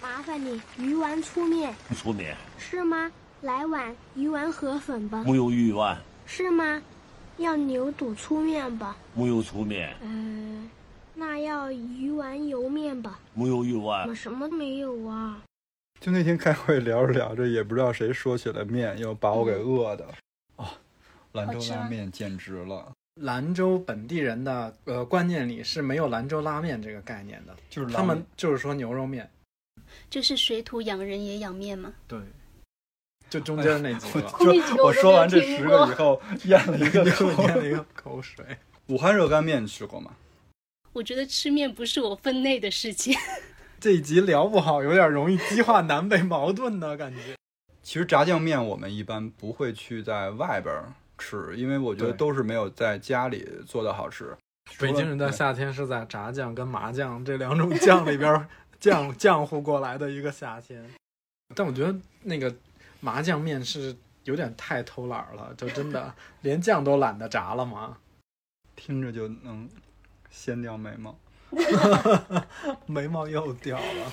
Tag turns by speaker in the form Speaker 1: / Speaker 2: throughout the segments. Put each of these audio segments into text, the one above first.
Speaker 1: 麻烦你鱼丸粗面
Speaker 2: 不出面，
Speaker 1: 是吗？来碗鱼丸河粉吧，
Speaker 2: 没有鱼丸，
Speaker 1: 是吗？要牛肚粗面吧，
Speaker 2: 没有粗面，
Speaker 1: 嗯、那要鱼丸油面吧。
Speaker 2: 没有鱼丸
Speaker 1: 我。什么都没有啊，
Speaker 3: 就那天开会聊着聊着，也不知道谁说起了面，又把我给饿的。哦，兰州
Speaker 4: 好吃吗
Speaker 3: 拉面简直了，
Speaker 4: 兰州本地人的呃观念里是没有兰州拉面这个概念的，
Speaker 3: 就是拉
Speaker 4: 他 们
Speaker 3: 面
Speaker 4: 就是说牛肉面，
Speaker 5: 就是水土养人也养面嘛。
Speaker 4: 对，就中间那几个，
Speaker 5: 后面几个
Speaker 3: 哎我
Speaker 5: 我都
Speaker 3: 说
Speaker 5: 没
Speaker 3: 完
Speaker 5: 有
Speaker 3: 这
Speaker 5: 听
Speaker 3: 十个
Speaker 5: 过
Speaker 3: 以。 后，咽了一个
Speaker 4: 又
Speaker 3: 口
Speaker 4: 咽了一个口水。
Speaker 3: 武汉热干面你吃过吗？
Speaker 5: 我觉得吃面不是我分内的事情。
Speaker 4: 这一集聊不好，有点容易激化南北矛盾的感觉。
Speaker 3: 其实炸酱面我们一般不会去在外边儿吃，因为我觉得
Speaker 4: 对
Speaker 3: 都是没有在家里做的好吃。除
Speaker 4: 北
Speaker 3: 了
Speaker 4: 京人在
Speaker 3: 对
Speaker 4: 夏天是在炸酱跟麻酱这两种酱里边儿酱酱糊过来的一个夏天，但我觉得那个麻酱面是有点太偷懒儿了，就真的连酱都懒得炸了嘛。
Speaker 3: 听着就能掀掉眉毛。
Speaker 4: 眉毛又掉了。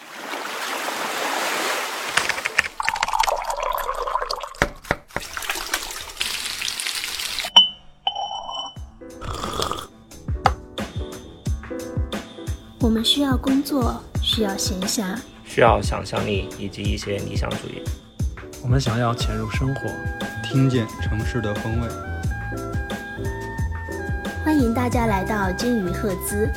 Speaker 6: 我们需要工作，需要闲暇，
Speaker 7: 需要想象力以及一些理想主义。
Speaker 4: 我们想要潜入生活，
Speaker 3: 听见城市的风味，
Speaker 6: 欢迎大家来到金鱼赫兹。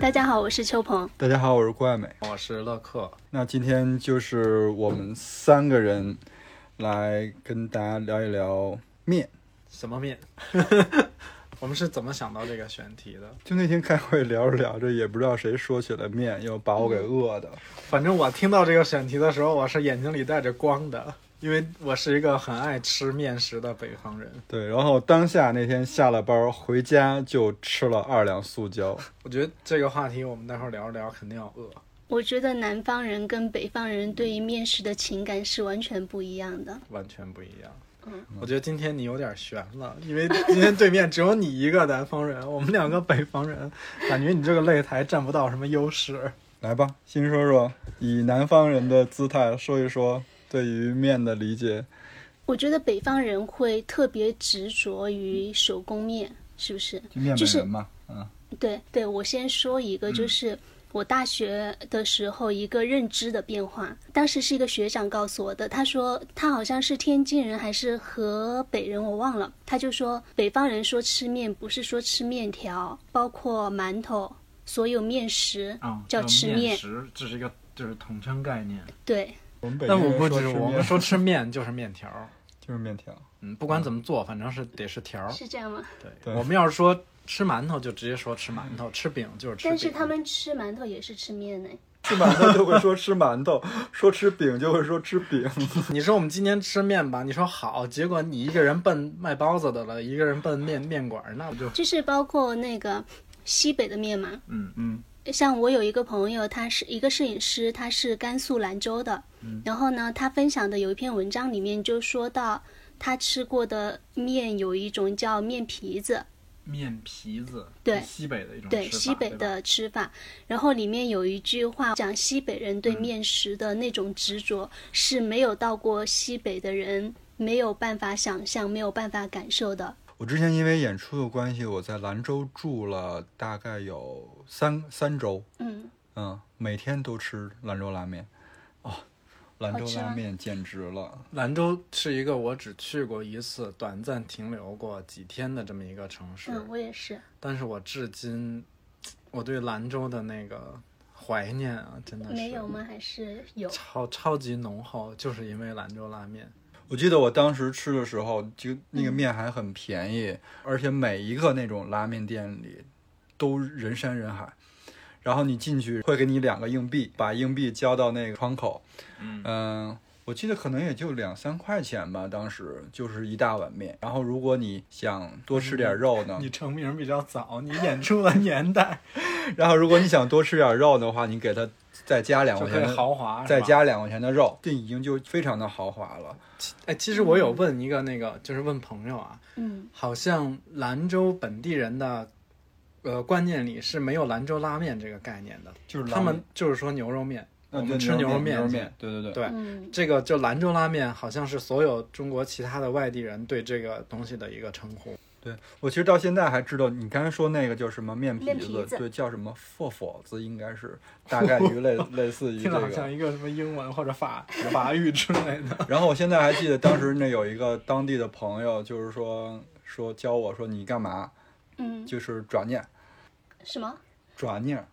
Speaker 5: 大家好，我是秋鹏。
Speaker 3: 大家好，我是郭爱美。
Speaker 4: 我是乐克。
Speaker 3: 那今天就是我们三个人来跟大家聊一聊面。
Speaker 4: 什么面？ 我们是怎么想到这个选题的？
Speaker 3: 就那天开会聊着聊着，也不知道谁说起了面，又把我给饿的。
Speaker 4: 反正我听到这个选题的时候，我是眼睛里带着光的，因为我是一个很爱吃面食的北方人。
Speaker 3: 对，然后当下那天下了班回家就吃了二两塑胶。
Speaker 4: 我觉得这个话题我们待会儿聊着聊肯定要呃饿。
Speaker 5: 我觉得南方人跟北方人对于面食的情感是完全不一样的。
Speaker 4: 完全不一样。
Speaker 5: 嗯，
Speaker 4: 我觉得今天你有点悬了，因为今天对面只有你一个南方人， 我们两个北方人，感觉你这个擂台占不到什么优势。
Speaker 3: 来吧，先说说以南方人的姿态说一说对于面的理解。
Speaker 5: 我觉得北方人会特别执着于手工面，是不是？
Speaker 3: 就面
Speaker 5: 本人
Speaker 3: 嘛，
Speaker 5: 对对，我先说一个，就是我大学的时候一个认知的变化。当时是一个学长告诉我的，他说他好像是天津人还是河北人，我忘了。他就说北方人说吃面不是说吃面条，包括馒头，所有面食
Speaker 4: 啊
Speaker 5: 叫吃面。
Speaker 4: 哦食，这是一个就是统称概念。
Speaker 5: 对，
Speaker 3: 我们北
Speaker 4: 但
Speaker 3: 京
Speaker 4: 我
Speaker 3: 人
Speaker 4: 不
Speaker 3: 说
Speaker 4: 止，
Speaker 3: 吃
Speaker 4: 我们
Speaker 3: 面
Speaker 4: 说吃面就是面 条儿。
Speaker 3: 就是面条，
Speaker 4: 嗯，不管怎么做，反正是得是条儿。
Speaker 5: 是这样吗？
Speaker 4: 对，
Speaker 3: 对
Speaker 4: 我们要是说吃馒头，就直接说吃馒头；吃饼就是吃饼。
Speaker 5: 但是他们吃馒头也是吃面呢。
Speaker 3: 吃馒头就会说吃馒头， 说吃饼就会说吃饼。
Speaker 4: 你说我们今天吃面吧，你说好，结果你一个人奔卖包子的了，一个人奔面面馆儿，那我就
Speaker 5: 就是包括那个西北的面嘛。
Speaker 4: 嗯
Speaker 3: 嗯。
Speaker 5: 像我有一个朋友，他是一个摄影师，他是甘肃兰州的。
Speaker 4: 嗯
Speaker 5: 然后呢，他分享的有一篇文章里面就说到，他吃过的面有一种叫面皮子，
Speaker 4: 面皮子，
Speaker 5: 对
Speaker 4: 西北的一种
Speaker 5: 对
Speaker 4: 嗯吃法
Speaker 5: 西北
Speaker 4: 对吧
Speaker 5: 的吃法。然后里面有一句话讲西北人
Speaker 4: 嗯
Speaker 5: 对面食的那种执着，是没有到过西北的人没有办法想象、没有办法感受的。
Speaker 3: 我之前因为演出的关系，我在兰州住了大概有三三周，
Speaker 5: 嗯，
Speaker 3: 嗯，每天都吃兰州拉面，哦，兰州拉面简直了，
Speaker 4: 兰州是一个我只去过一次、短暂停留过几天的这么一个城市，
Speaker 5: 嗯，我也是。
Speaker 4: 但是我至今我对兰州的那个怀念啊，真的是
Speaker 5: 没有吗？还是有？
Speaker 4: 超超级浓厚，就是因为兰州拉面。
Speaker 3: 我记得我当时吃的时候，就那个面还很便宜，而且每一个那种拉面店里都人山人海。然后你进去会给你两个硬币，把硬币交到那个窗口。嗯、我记得可能也就两三块钱吧，当时就是一大碗面。然后如果你想多吃点肉呢，
Speaker 4: 嗯你成名比较早，你演出的 年代
Speaker 3: 然后如果你想多吃点肉的话，你给它再加两
Speaker 4: 就
Speaker 3: 块
Speaker 4: 可
Speaker 3: 钱
Speaker 4: 以
Speaker 3: 的，
Speaker 4: 豪华，是
Speaker 3: 再
Speaker 4: 吧
Speaker 3: 加两块钱的肉，这已经就非常的豪华了。
Speaker 4: 哎，其实我有问一个那个，就是问朋友啊，
Speaker 5: 嗯，
Speaker 4: 好像兰州本地人的呃观念里是没有兰州拉面这个概念的，
Speaker 3: 就是
Speaker 4: 他们就是说牛肉面，
Speaker 3: 那
Speaker 4: 我
Speaker 3: 就
Speaker 4: 们吃
Speaker 3: 牛
Speaker 4: 牛
Speaker 3: 肉
Speaker 4: 肉
Speaker 3: 面，牛肉
Speaker 4: 去
Speaker 3: 面，对对对，
Speaker 4: 对
Speaker 5: 嗯，
Speaker 4: 这个就兰州拉面，好像是所有中国其他的外地人对这个东西的一个称呼。
Speaker 3: 对我其实到现在还知道，你刚才说那个叫什么面皮
Speaker 1: 面
Speaker 3: 子，
Speaker 1: 皮子
Speaker 3: 对，叫什么佛佛子，应该是大概于类类似于这
Speaker 4: 听着好
Speaker 3: 个
Speaker 4: 像。一个什么英文或者法法语之类的。
Speaker 3: 然后我现在还记得当时那有一个当地的朋友，就是说说教我说你干嘛，
Speaker 5: 嗯，
Speaker 3: 就是转念
Speaker 5: 什么？
Speaker 3: 转念，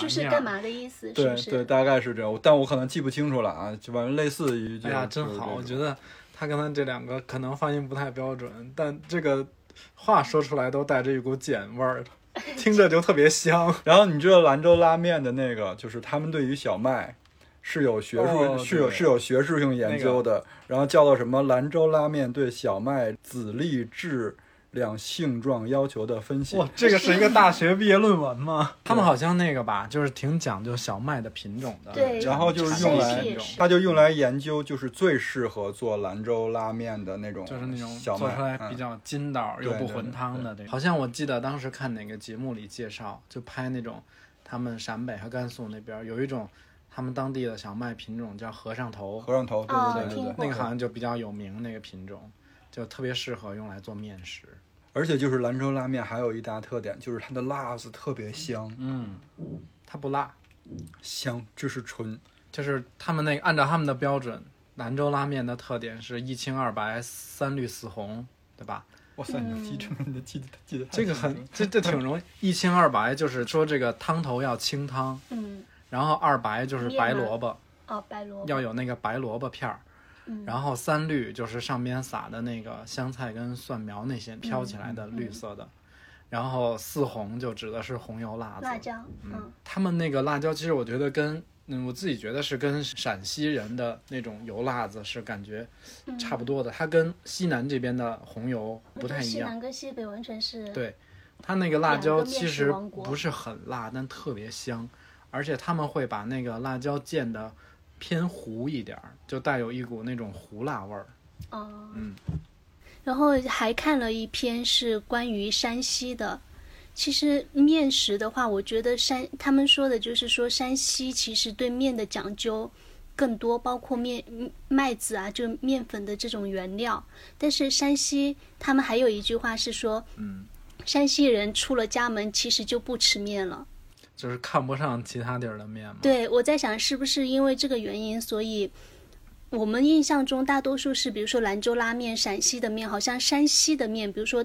Speaker 5: 就是干？嘛的意思？是
Speaker 3: 对
Speaker 5: 不是？
Speaker 3: 对，大概是这样，但我可能记不清楚了啊，就反正类似于这
Speaker 4: 哎
Speaker 3: 样。
Speaker 4: 呀，真
Speaker 3: 就是
Speaker 4: 好！我
Speaker 3: 这
Speaker 4: 觉得他刚才这两个可能发音不太标准，但这个话说出来都带着一股碱味儿，听着就特别香。
Speaker 3: 然后你知道兰州拉面的那个，就是他们对于小麦是有学术、
Speaker 4: 哦
Speaker 3: 是有
Speaker 4: 对
Speaker 3: 是有学术性研究的，然后叫做什么兰州拉面对小麦籽粒质量性状要求的分析。
Speaker 4: 哇，这个是一个大学毕业论文吗？他们好像那个吧，就是挺讲究小麦的品种的。
Speaker 5: 对
Speaker 3: 然后就是
Speaker 5: 用来
Speaker 4: 品种，
Speaker 3: 它就用来研究，就是最适合做兰州拉面的那种，
Speaker 4: 就是那种
Speaker 3: 小
Speaker 4: 做
Speaker 3: 麦嗯
Speaker 4: 出来比、较筋道儿又
Speaker 3: 对
Speaker 4: 不
Speaker 3: 对
Speaker 4: 浑
Speaker 3: 对
Speaker 4: 汤的这种。好像我记得当时看哪个节目里介绍，就拍那种他们陕北和甘肃那边儿有一种他们当地的小麦品种叫和尚头
Speaker 3: 嗯、，和尚头，对
Speaker 5: 哦
Speaker 3: 对对对
Speaker 5: 听
Speaker 3: 对
Speaker 5: 过。
Speaker 4: 那个好像就比较有名那个品种，就特别适合用来做面食。
Speaker 3: 而且就是兰州拉面还有一大特点，就是它的辣子特别香，
Speaker 4: 嗯，它不辣，
Speaker 3: 香就是纯
Speaker 4: 就是他们那个按照他们的标准，兰州拉面的特点是一清二白三绿四红，对吧？
Speaker 3: 哇塞，你记
Speaker 5: 嗯
Speaker 3: 这么你记得记得太
Speaker 4: 这个
Speaker 3: 清楚
Speaker 4: 很这这挺容易，一清二白就是说这个汤头要清汤。
Speaker 5: 嗯，
Speaker 4: 然后二白就是白萝卜，
Speaker 5: 哦，白萝卜。
Speaker 4: 要有那个白萝卜片儿。
Speaker 5: 嗯
Speaker 4: 然后三绿就是上边撒的那个香菜跟蒜苗那些飘起来的绿色的，然后四红就指的是红油辣
Speaker 5: 嗯
Speaker 4: 子。
Speaker 5: 辣椒，嗯，
Speaker 4: 他们那个辣椒，其实我觉得跟嗯，我自己觉得是跟陕西人的那种油辣子是感觉
Speaker 5: 嗯
Speaker 4: 差不多的，它跟西南这边的红油不太一
Speaker 5: 西
Speaker 4: 样。
Speaker 5: 南跟西北完全是
Speaker 4: 对它那个辣椒其实
Speaker 5: 两个面食王国
Speaker 4: 不是很辣，但特别香，而且他们会把那个辣椒煎的偏糊一点儿，就带有一股那种胡辣味儿。
Speaker 5: 哦，
Speaker 4: 嗯
Speaker 5: 然后还看了一篇是关于山西的。其实面食的话，我觉得山他们说的就是说山西其实对面的讲究更多，包括面嗯麦子啊，就面粉的这种原料。但是山西他们还有一句话是说，
Speaker 4: 嗯，
Speaker 5: 山西人出了家门其实就不吃面了。
Speaker 4: 就是看不上其他地儿的面嘛。
Speaker 5: 对，我在想是不是因为这个原因，所以我们印象中大多数是，比如说兰州拉面、陕西的面，好像山西的面，比如说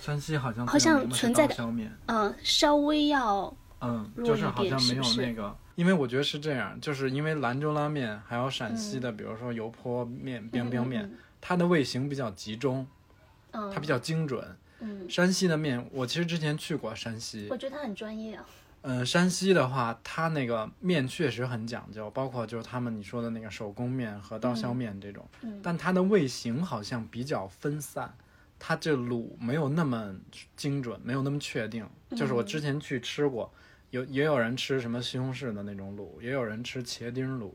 Speaker 4: 山西好像
Speaker 5: 好像
Speaker 4: 比较
Speaker 5: 存在
Speaker 4: 明白是刀削面，
Speaker 5: 嗯、呃稍微要
Speaker 4: 嗯，
Speaker 5: 弱
Speaker 4: 就是
Speaker 5: 一
Speaker 4: 好
Speaker 5: 点
Speaker 4: 像
Speaker 5: 是
Speaker 4: 没
Speaker 5: 不
Speaker 4: 有
Speaker 5: 是
Speaker 4: 那个，因为我觉得是这样，就是因为兰州拉面还有陕西的，比如说油泼面、边边面，它的味型比较集中，
Speaker 5: 嗯
Speaker 4: 它比较精准。
Speaker 5: 嗯，
Speaker 4: 山西的面，我其实之前去过山西，
Speaker 5: 我觉得他很专业啊。
Speaker 4: 嗯，山西的话，它那个面确实很讲究，包括就是他们你说的那个手工面和刀削面这种，
Speaker 5: 嗯
Speaker 4: 但它的味型好像比较分散，它这卤没有那么精准，没有那么确定。
Speaker 5: 嗯
Speaker 4: 就是我之前去吃过，有也有人吃什么西红柿的那种卤，也有人吃茄丁卤，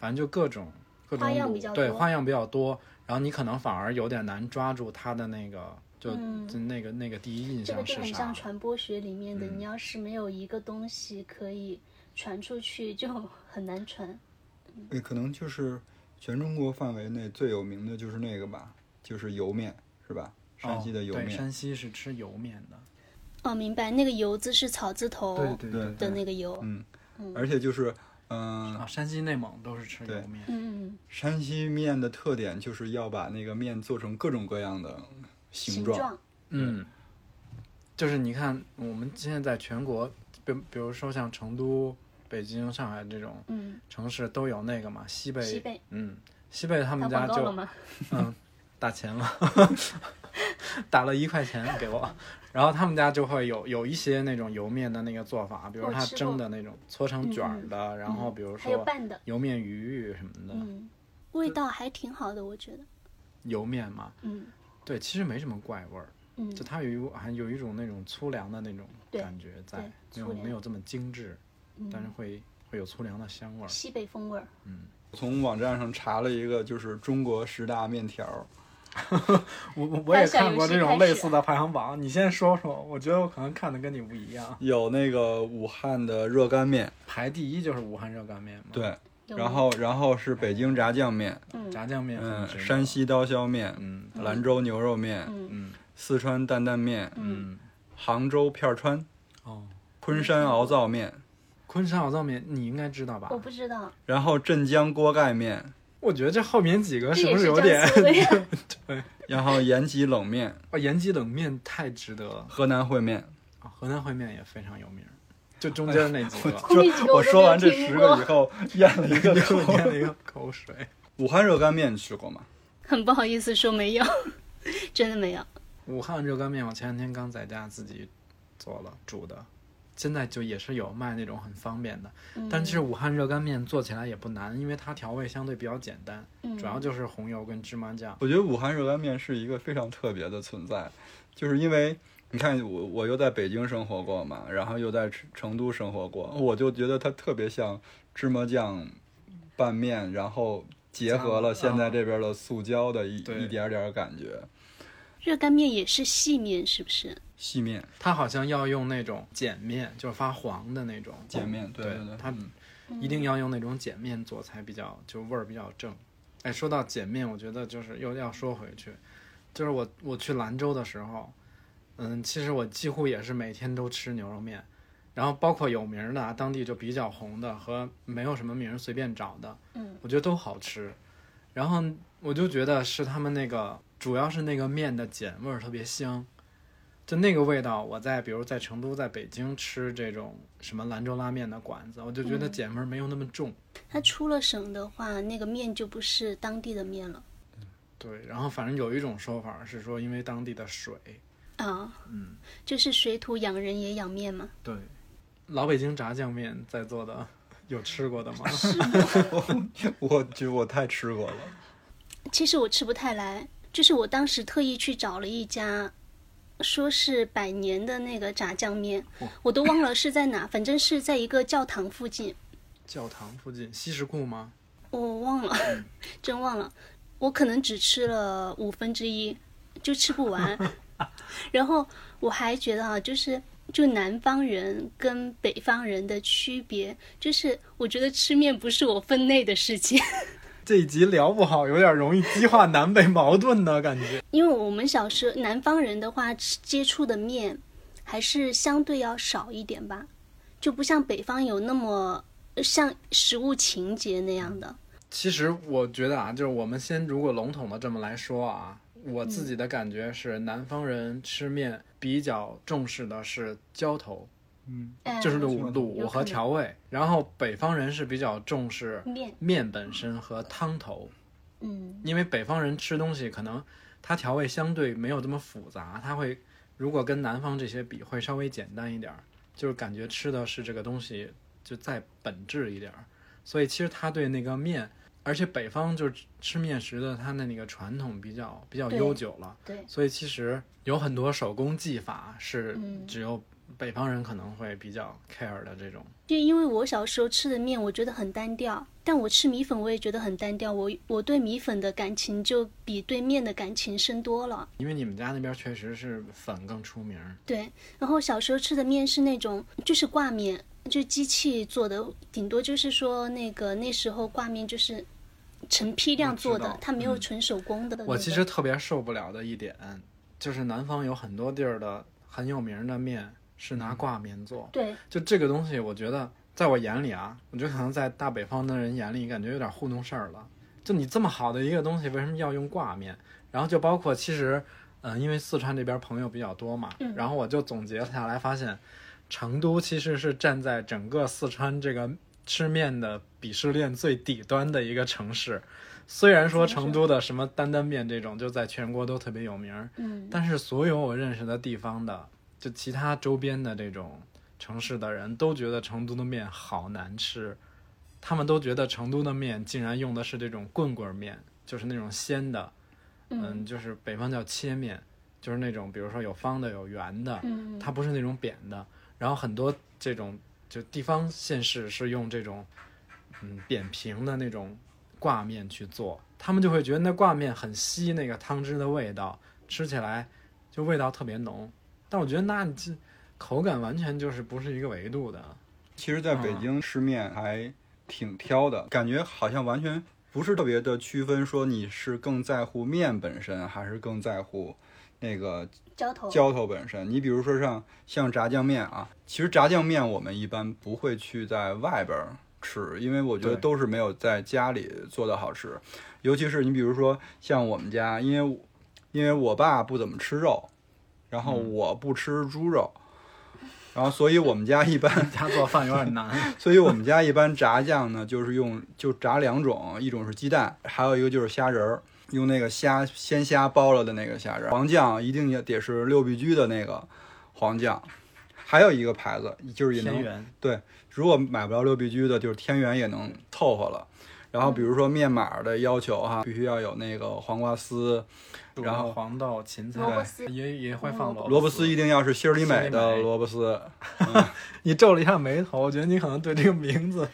Speaker 4: 反正就各种各种
Speaker 5: 花样比
Speaker 4: 卤，
Speaker 5: 较
Speaker 4: 对
Speaker 5: 多
Speaker 4: 花样比较多，然后你可能反而有点难抓住它的那个就、
Speaker 5: 嗯
Speaker 4: 就那个那个第一印
Speaker 5: 这个
Speaker 4: 象
Speaker 5: 就是很
Speaker 4: 啥
Speaker 5: 像。传播学里面的，
Speaker 4: 嗯
Speaker 5: 你要是没有一个东西可以传出去，就很难传。
Speaker 3: 呃，可能就是全中国范围内最有名的就是那个吧，就是油面，是吧？山西的油
Speaker 4: 哦对，
Speaker 3: 面，
Speaker 4: 山西是吃油面的。
Speaker 5: 哦，明白，那个油字是草字头
Speaker 4: 对
Speaker 3: 对
Speaker 5: 的那个油。
Speaker 3: 嗯，而且就是，嗯、
Speaker 4: 啊，山西、内蒙都是吃油面。
Speaker 5: 嗯，
Speaker 3: 山西面的特点就是要把那个面做成各种各样的形状，
Speaker 5: 状，
Speaker 4: 嗯，就是你看，我们现在在全国，比比如说像成都、北京、上海这种
Speaker 5: 嗯，
Speaker 4: 城市都有那个嘛，西贝，
Speaker 5: 西贝
Speaker 4: 嗯，西贝他
Speaker 5: 打
Speaker 4: 们家
Speaker 5: 广告
Speaker 4: 就
Speaker 5: 了吗？
Speaker 4: 嗯，打钱了， 打了一块钱给我。然后他们家就会有有一些那种油面的那个做法，比如
Speaker 5: 我
Speaker 4: 他
Speaker 5: 吃过嗯
Speaker 4: 蒸的那种，搓成卷儿的，然后比如
Speaker 5: 还有
Speaker 4: 说
Speaker 5: 拌的，
Speaker 4: 油面鱼什么的，
Speaker 5: 嗯，味道还挺好的，我觉得。
Speaker 4: 油面嘛，
Speaker 5: 嗯
Speaker 4: 对，其实没什么怪味儿。
Speaker 5: 嗯
Speaker 4: 就它有一股还有一种那种粗粮的那种
Speaker 5: 对
Speaker 4: 感觉在，没
Speaker 5: 对粗
Speaker 4: 有
Speaker 5: 粮
Speaker 4: 没有这么精致，但是
Speaker 5: 嗯，
Speaker 4: 会会有粗粮的香味儿。
Speaker 5: 西北风味儿。
Speaker 3: 从网站上查了一个，就是中国十大面条儿，
Speaker 4: 我我我
Speaker 5: 大
Speaker 4: 也
Speaker 5: 小游戏
Speaker 4: 看过这种
Speaker 5: 开始
Speaker 4: 类似的排行榜，你先说说，我觉得我可能看的跟你不一样。
Speaker 3: 有那个武汉的热干面，
Speaker 4: 排第一就是武汉热干面嘛，，
Speaker 3: 对，
Speaker 5: 有
Speaker 3: 然后然后是北京炸酱面，
Speaker 5: 嗯，
Speaker 4: 炸酱面很
Speaker 3: 嗯，
Speaker 4: 值得
Speaker 3: 山，西刀削面，
Speaker 4: 嗯
Speaker 3: 兰州牛肉面，
Speaker 5: 嗯
Speaker 4: 嗯
Speaker 3: 四川担担面，
Speaker 5: 嗯，
Speaker 4: 嗯，
Speaker 3: 杭州片儿川，
Speaker 4: 哦，
Speaker 3: 昆山鏖造面，
Speaker 4: 昆山鏖造面你应该知道吧？
Speaker 5: 我不知道，
Speaker 3: 然后镇江锅盖面，
Speaker 4: 我觉得这后面几
Speaker 5: 这
Speaker 4: 个是
Speaker 5: 也
Speaker 4: 不
Speaker 5: 是
Speaker 4: 有点
Speaker 5: 江？苏的呀。
Speaker 3: 然后延吉冷面、
Speaker 4: 哦， 延吉冷面太值得了，
Speaker 3: 河南烩 面。
Speaker 4: 啊河南烩面也非常有名儿，就中间那几个，
Speaker 5: 空气几
Speaker 3: 哎
Speaker 5: 个
Speaker 3: 我
Speaker 5: 都
Speaker 3: 说
Speaker 5: 没有
Speaker 3: 完这
Speaker 5: 听
Speaker 3: 十
Speaker 5: 过
Speaker 3: 个以后，咽了一个
Speaker 4: 又
Speaker 3: 口。
Speaker 4: 咽了一个口水。
Speaker 3: 武汉热干面你吃过吗？
Speaker 5: 很不好意思说没有， 真的没有。
Speaker 4: 武汉热干面，我前两天刚在家自己做了煮的，现在就也是有卖那种很方便的。但其实武汉热干面做起来也不难，因为它调味相对比较简单，
Speaker 5: 嗯
Speaker 4: 主要就是红油跟芝麻酱。
Speaker 3: 我觉得武汉热干面是一个非常特别的存在，就是因为你看我我又在北京生活过嘛，然后又在成成都生活过，我就觉得它特别像芝麻酱拌面，然后结合了现在这边的塑胶的一、
Speaker 4: 嗯对
Speaker 3: 一点点感觉，
Speaker 5: 热干面也是细面，是不是？
Speaker 3: 细面、
Speaker 4: 它好像要用那种碱面，就是发黄的那种
Speaker 3: 碱，面，对
Speaker 4: 对
Speaker 3: 对，
Speaker 4: 它
Speaker 3: 嗯
Speaker 4: 一定要用那种碱面做才比较就味儿比较正。哎，说到碱面，我觉得就是又要说回去，就是我我去兰州的时候，嗯，其实我几乎也是每天都吃牛肉面，然后包括有名儿的啊，当地就比较红的和没有什么名儿随便找的，
Speaker 5: 嗯，
Speaker 4: 我觉得都好吃。然后我就觉得是他们那个，主要是那个面的碱味儿特别香，就那个味道，我在比如在成都、在北京吃这种什么兰州拉面的馆子，我就
Speaker 3: 嗯
Speaker 4: 觉得碱味儿没有那么重。
Speaker 5: 它出了省的话，那个面就不是当地的面了
Speaker 4: 对，然后反正有一种说法是说，因为当地的水，
Speaker 5: 啊。
Speaker 4: 嗯，
Speaker 5: 就是水土养人也养面嘛。
Speaker 4: 对，老北京炸酱面在座的有吃过的吗？
Speaker 3: 嗯 我就我太吃过了，
Speaker 5: 其实我吃不太来，就是我当时特意去找了一家，说是百年的那个炸酱面，
Speaker 4: 哦
Speaker 5: 我都忘了是在哪，反正是在一个教堂附近，
Speaker 4: 教堂附近西什库吗？
Speaker 5: 我忘了， 真忘了，我可能只吃了五分之一，就吃不 完。然后我还觉得啊，就是就南方人跟北方人的区别，就是我觉得吃面不是我分内的事情，
Speaker 4: 这一集聊不好，有点容易激化南北矛盾的感觉。
Speaker 5: 因为我们小时候南方人的话，吃接触的面还是相对要少一点吧，就不像北方有那么呃像食物情节那样的。
Speaker 4: 其实我觉得啊，就是我们先如果笼统的这么来说啊，我自
Speaker 3: 嗯
Speaker 4: 己的感觉是，南方人吃面比较重视的是浇头，
Speaker 3: 嗯，
Speaker 5: 哎
Speaker 4: 就是
Speaker 3: 有
Speaker 4: 卤
Speaker 3: 可能
Speaker 4: 卤和调味，然后北方人是比较重视
Speaker 5: 哎面，
Speaker 4: 面本身和汤头，
Speaker 5: 嗯
Speaker 4: 因为北方人吃东西可能它调味相对没有这么复杂，它会如果跟南方这些比会稍微简单一点儿，就是感觉吃的是这个东西就再本质一点儿，所以其实他对那个面，而且北方就是吃面食的，他的那个传统比较比较
Speaker 5: 对
Speaker 4: 悠久了，
Speaker 5: 对
Speaker 4: 所以其实有很多手工技法是
Speaker 5: 嗯
Speaker 4: 只有北方人可能会比较 care 的这种。
Speaker 5: 就因为我小时候吃的面，我觉得很单调，但我吃米粉我也觉得很单调。我我对米粉的感情就比对面的感情深多了。
Speaker 4: 因为你们家那边确实是粉更出名儿，
Speaker 5: 对，然后小时候吃的面是那种就是挂面，就机器做的，顶多就是说那个那时候挂面就是成批量做
Speaker 4: 我知
Speaker 5: 的
Speaker 4: 道，
Speaker 5: 它没有
Speaker 4: 嗯
Speaker 5: 纯手工的那种。
Speaker 4: 我其实特别受不了的一点，就是南方有很多地儿的很有名的面是拿挂面做，
Speaker 5: 对
Speaker 4: 就这个东西，我觉得在我眼里啊，我觉得可能在大北方的人眼里，感觉有点糊弄事儿了。就你这么好的一个东西，为什么要用挂面？然后就包括其实，嗯、因为四川这边朋友比较多嘛，
Speaker 5: 嗯
Speaker 4: 然后我就总结下来发现，成都其实是站在整个四川这个吃面的鄙视链最底端的一个城市。虽然说成都的什么担担面这种就在全国都特别有名儿，
Speaker 5: 嗯，
Speaker 4: 但是所有我认识的地方的，就其他周边的这种城市的人都觉得成都的面好难吃，他们都觉得成都的面竟然用的是这种棍棍面，就是那种鲜的，嗯，就是北方叫切面，就是那种比如说有方的有圆的，
Speaker 5: 嗯
Speaker 4: 它不是那种扁的。然后很多这种就地方县市是用这种嗯扁平的那种挂面去做，他们就会觉得那挂面很吸那个汤汁的味道，吃起来就味道特别浓。但我觉得那你这口感完全就是不是一个维度的。啊
Speaker 3: 其实，在北京吃面还挺挑的，感觉好像完全不是特别的区分，说你是更在乎面本身，还是更在乎那个
Speaker 5: 浇头
Speaker 3: 浇头本身。你比如说像像炸酱面啊，其实炸酱面我们一般不会去在外边儿吃，因为我觉得
Speaker 4: 对
Speaker 3: 都是没有在家里做的好吃。尤其是你比如说像我们家，因为我因为我爸不怎么吃肉，然后我不吃猪肉，然后所以我们家一般
Speaker 4: 家做饭有点 难，
Speaker 3: 所以我们家一般炸酱呢，就是用就炸两种，一种是鸡蛋，还有一个就是虾仁儿，用那个虾鲜虾包了的那个虾仁儿。黄酱一定也得是六必居的那个黄酱，还有一个牌子就是也
Speaker 4: 天
Speaker 3: 能
Speaker 4: 元
Speaker 3: 对，如果买不着六必居的，就是天元也能凑合了。然后比如说面码的要求哈，必须要有那个黄瓜丝，然后
Speaker 4: 黄豆、芹菜
Speaker 5: 萝卜丝嗯
Speaker 4: 也也会放萝卜
Speaker 3: 萝卜丝一定要是心儿里美
Speaker 4: 心儿里
Speaker 3: 的
Speaker 4: 美
Speaker 3: 萝卜丝，
Speaker 4: 你皱了一下眉头，我觉得你可能对这个名字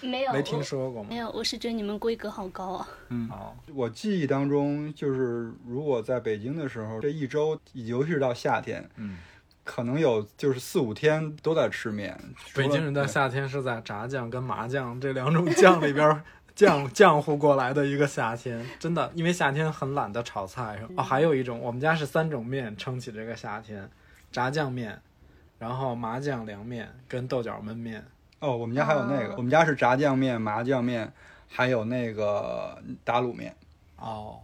Speaker 5: 没有
Speaker 4: 没听
Speaker 5: 我
Speaker 4: 说过吗
Speaker 5: 没？有，我是觉得你们规格好高啊。
Speaker 4: 哦，
Speaker 3: 我记忆当中，就是如果在北京的时候，这一周，尤其是到夏天，
Speaker 4: 嗯，
Speaker 3: 可能有就是四五天都在吃面。除了
Speaker 4: 北京人的夏天是在炸酱跟麻酱这两种酱里边 儿酱酱糊过来的一个夏天，真的，因为夏天很懒得炒菜。哦，还有一种，我们家是三种面撑起这个夏天：炸酱面，然后麻酱凉面跟豆角焖面。
Speaker 3: 哦，我们家还有
Speaker 4: 啊
Speaker 3: 那个，我们家是炸酱面、麻酱面，还有那个打卤面，
Speaker 4: 哦，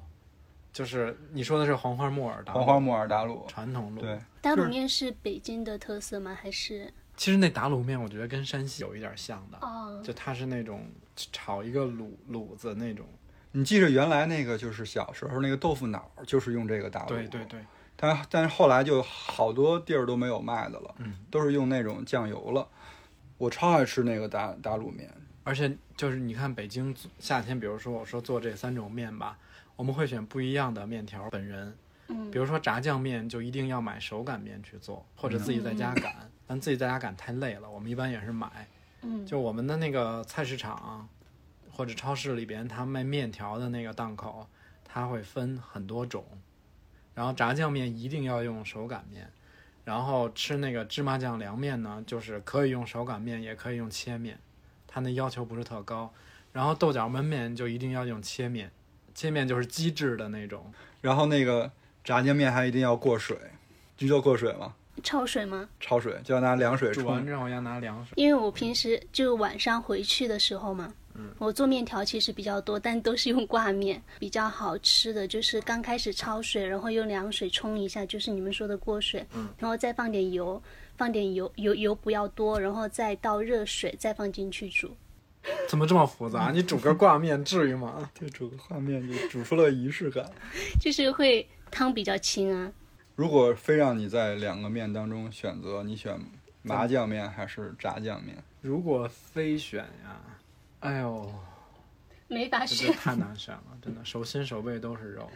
Speaker 4: 就是你说的是黄花木耳打卤
Speaker 3: 黄花木耳打卤。
Speaker 4: 传统路。
Speaker 3: 对，
Speaker 5: 打
Speaker 3: 就
Speaker 5: 卤
Speaker 3: 是
Speaker 5: 面是北京的特色吗？还是
Speaker 4: 其实那打卤面我觉得跟山西有一点像的，
Speaker 5: 哦，
Speaker 4: 就它是那种炒一个卤卤子那种。
Speaker 3: 你记着原来那个就是小时候那个豆腐脑，就是用这个打卤。
Speaker 4: 对对。对，
Speaker 3: 但但是后来就好多地儿都没有卖的了，
Speaker 4: 嗯
Speaker 3: 都是用那种酱油了。我超爱吃那个打打卤面。
Speaker 4: 而且就是你看北京夏天，比如说我说做这三种面吧，我们会选不一样的面条。本人，
Speaker 5: 嗯
Speaker 4: 比如说炸酱面就一定要买手擀面去做，或者自己在家擀。但自己在家擀太累了，我们一般也是买。
Speaker 5: 嗯，
Speaker 4: 就我们的那个菜市场或者超市里边，他卖面条的那个档口，它会分很多种。然后炸酱面一定要用手擀面，然后吃那个芝麻酱凉面呢，就是可以用手擀面，也可以用切面，它那要求不是特高。然后豆角焖面就一定要用切面，切面就是机制的那种，
Speaker 3: 然后那个炸酱面还一定要过水，你知道过水吗？
Speaker 5: 焯水吗？
Speaker 3: 焯水就要拿凉水
Speaker 4: 煮完
Speaker 3: 冲。
Speaker 4: 之后要拿凉水。
Speaker 5: 因为我平时就晚上回去的时候嘛，我做面条其实比较多，但都是用挂面，比较好吃的就是刚开始焯水，然后用凉水冲一下，就是你们说的过水，然后再放点油，放点油，油油不要多，然后再倒热水，再放进去煮。
Speaker 4: 怎么这么复 杂？你煮个挂面至于吗？
Speaker 3: 对，煮个画面就煮出了仪式感。
Speaker 5: 就是会汤比较清啊。
Speaker 3: 如果非让你在两个面当中选择，你选麻酱面还是炸酱面？
Speaker 4: 如果非选呀，哎呦，
Speaker 5: 没法
Speaker 4: 这
Speaker 5: 选，
Speaker 4: 太难 选了，真的，手心手背都是肉。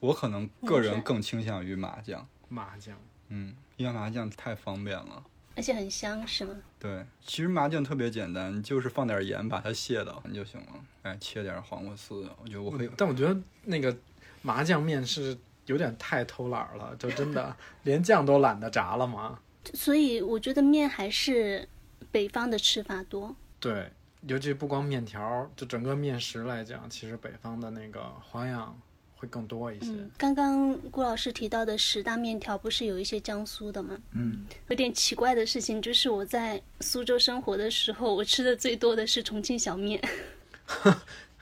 Speaker 3: 我可能个人更倾向于麻酱，
Speaker 4: 麻酱，
Speaker 3: 嗯，因为麻酱太方便了。
Speaker 5: 而且很香，是吗？
Speaker 3: 对，其实麻酱特别简单，你就是放点盐把它卸掉就行了。哎，切点黄瓜丝，我觉得我可以。
Speaker 4: 但我觉得那个麻酱面是有点太偷懒儿了，就真 的连酱都懒得炸了嘛。
Speaker 5: 所以我觉得面还是北方的吃法多。
Speaker 4: 对，尤其不光面条儿，就整个面食来讲，其实北方的那个花样会更多一些。
Speaker 5: 嗯，刚刚顾老师提到的十大面条，不是有一些江苏的吗？
Speaker 4: 嗯，
Speaker 5: 有点奇怪的事情就是我在苏州生活的时候，我吃的最多的是重庆小面。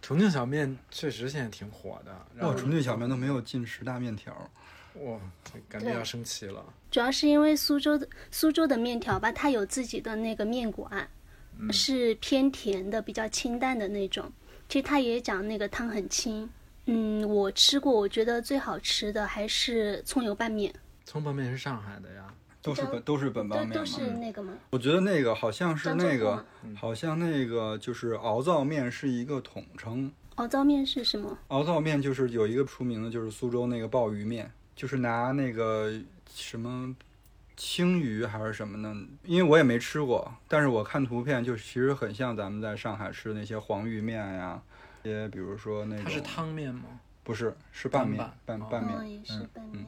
Speaker 4: 重庆小面确实现在挺火的，然
Speaker 3: 哇，
Speaker 4: 后
Speaker 3: 重庆哦小面都没有进十大面条，
Speaker 4: 我感觉
Speaker 5: 对
Speaker 4: 要生气了。
Speaker 5: 主要是因为苏州的苏州的面条吧，它有自己的那个面馆，是偏甜的，比较清淡的那种。其实它也讲那个汤很清。嗯，我吃过，我觉得最好吃的还是葱油拌面，
Speaker 4: 葱拌面是上海的呀，
Speaker 3: 都是本都是本帮
Speaker 5: 都
Speaker 3: 面嘛。
Speaker 5: 都是那个吗？
Speaker 3: 我觉得那个好像是
Speaker 5: 漳州
Speaker 3: 那
Speaker 5: 话
Speaker 3: 个，
Speaker 4: 嗯
Speaker 3: 好像那个就是熬造面是一个统称。
Speaker 5: 熬糟哦面是什么？
Speaker 3: 熬造面就是有一个出名的，就是苏州那个鲍鱼面，就是拿那个什么青鱼还是什么呢？因为我也没吃过，但是我看图片就其实很像咱们在上海吃的那些黄鱼面呀，一些比如说那种
Speaker 4: 它是汤面吗？
Speaker 3: 不是是拌面
Speaker 4: 拌
Speaker 3: 拌
Speaker 4: 哦
Speaker 3: 拌面，
Speaker 5: 哦，也是
Speaker 3: 嗯
Speaker 5: 拌面。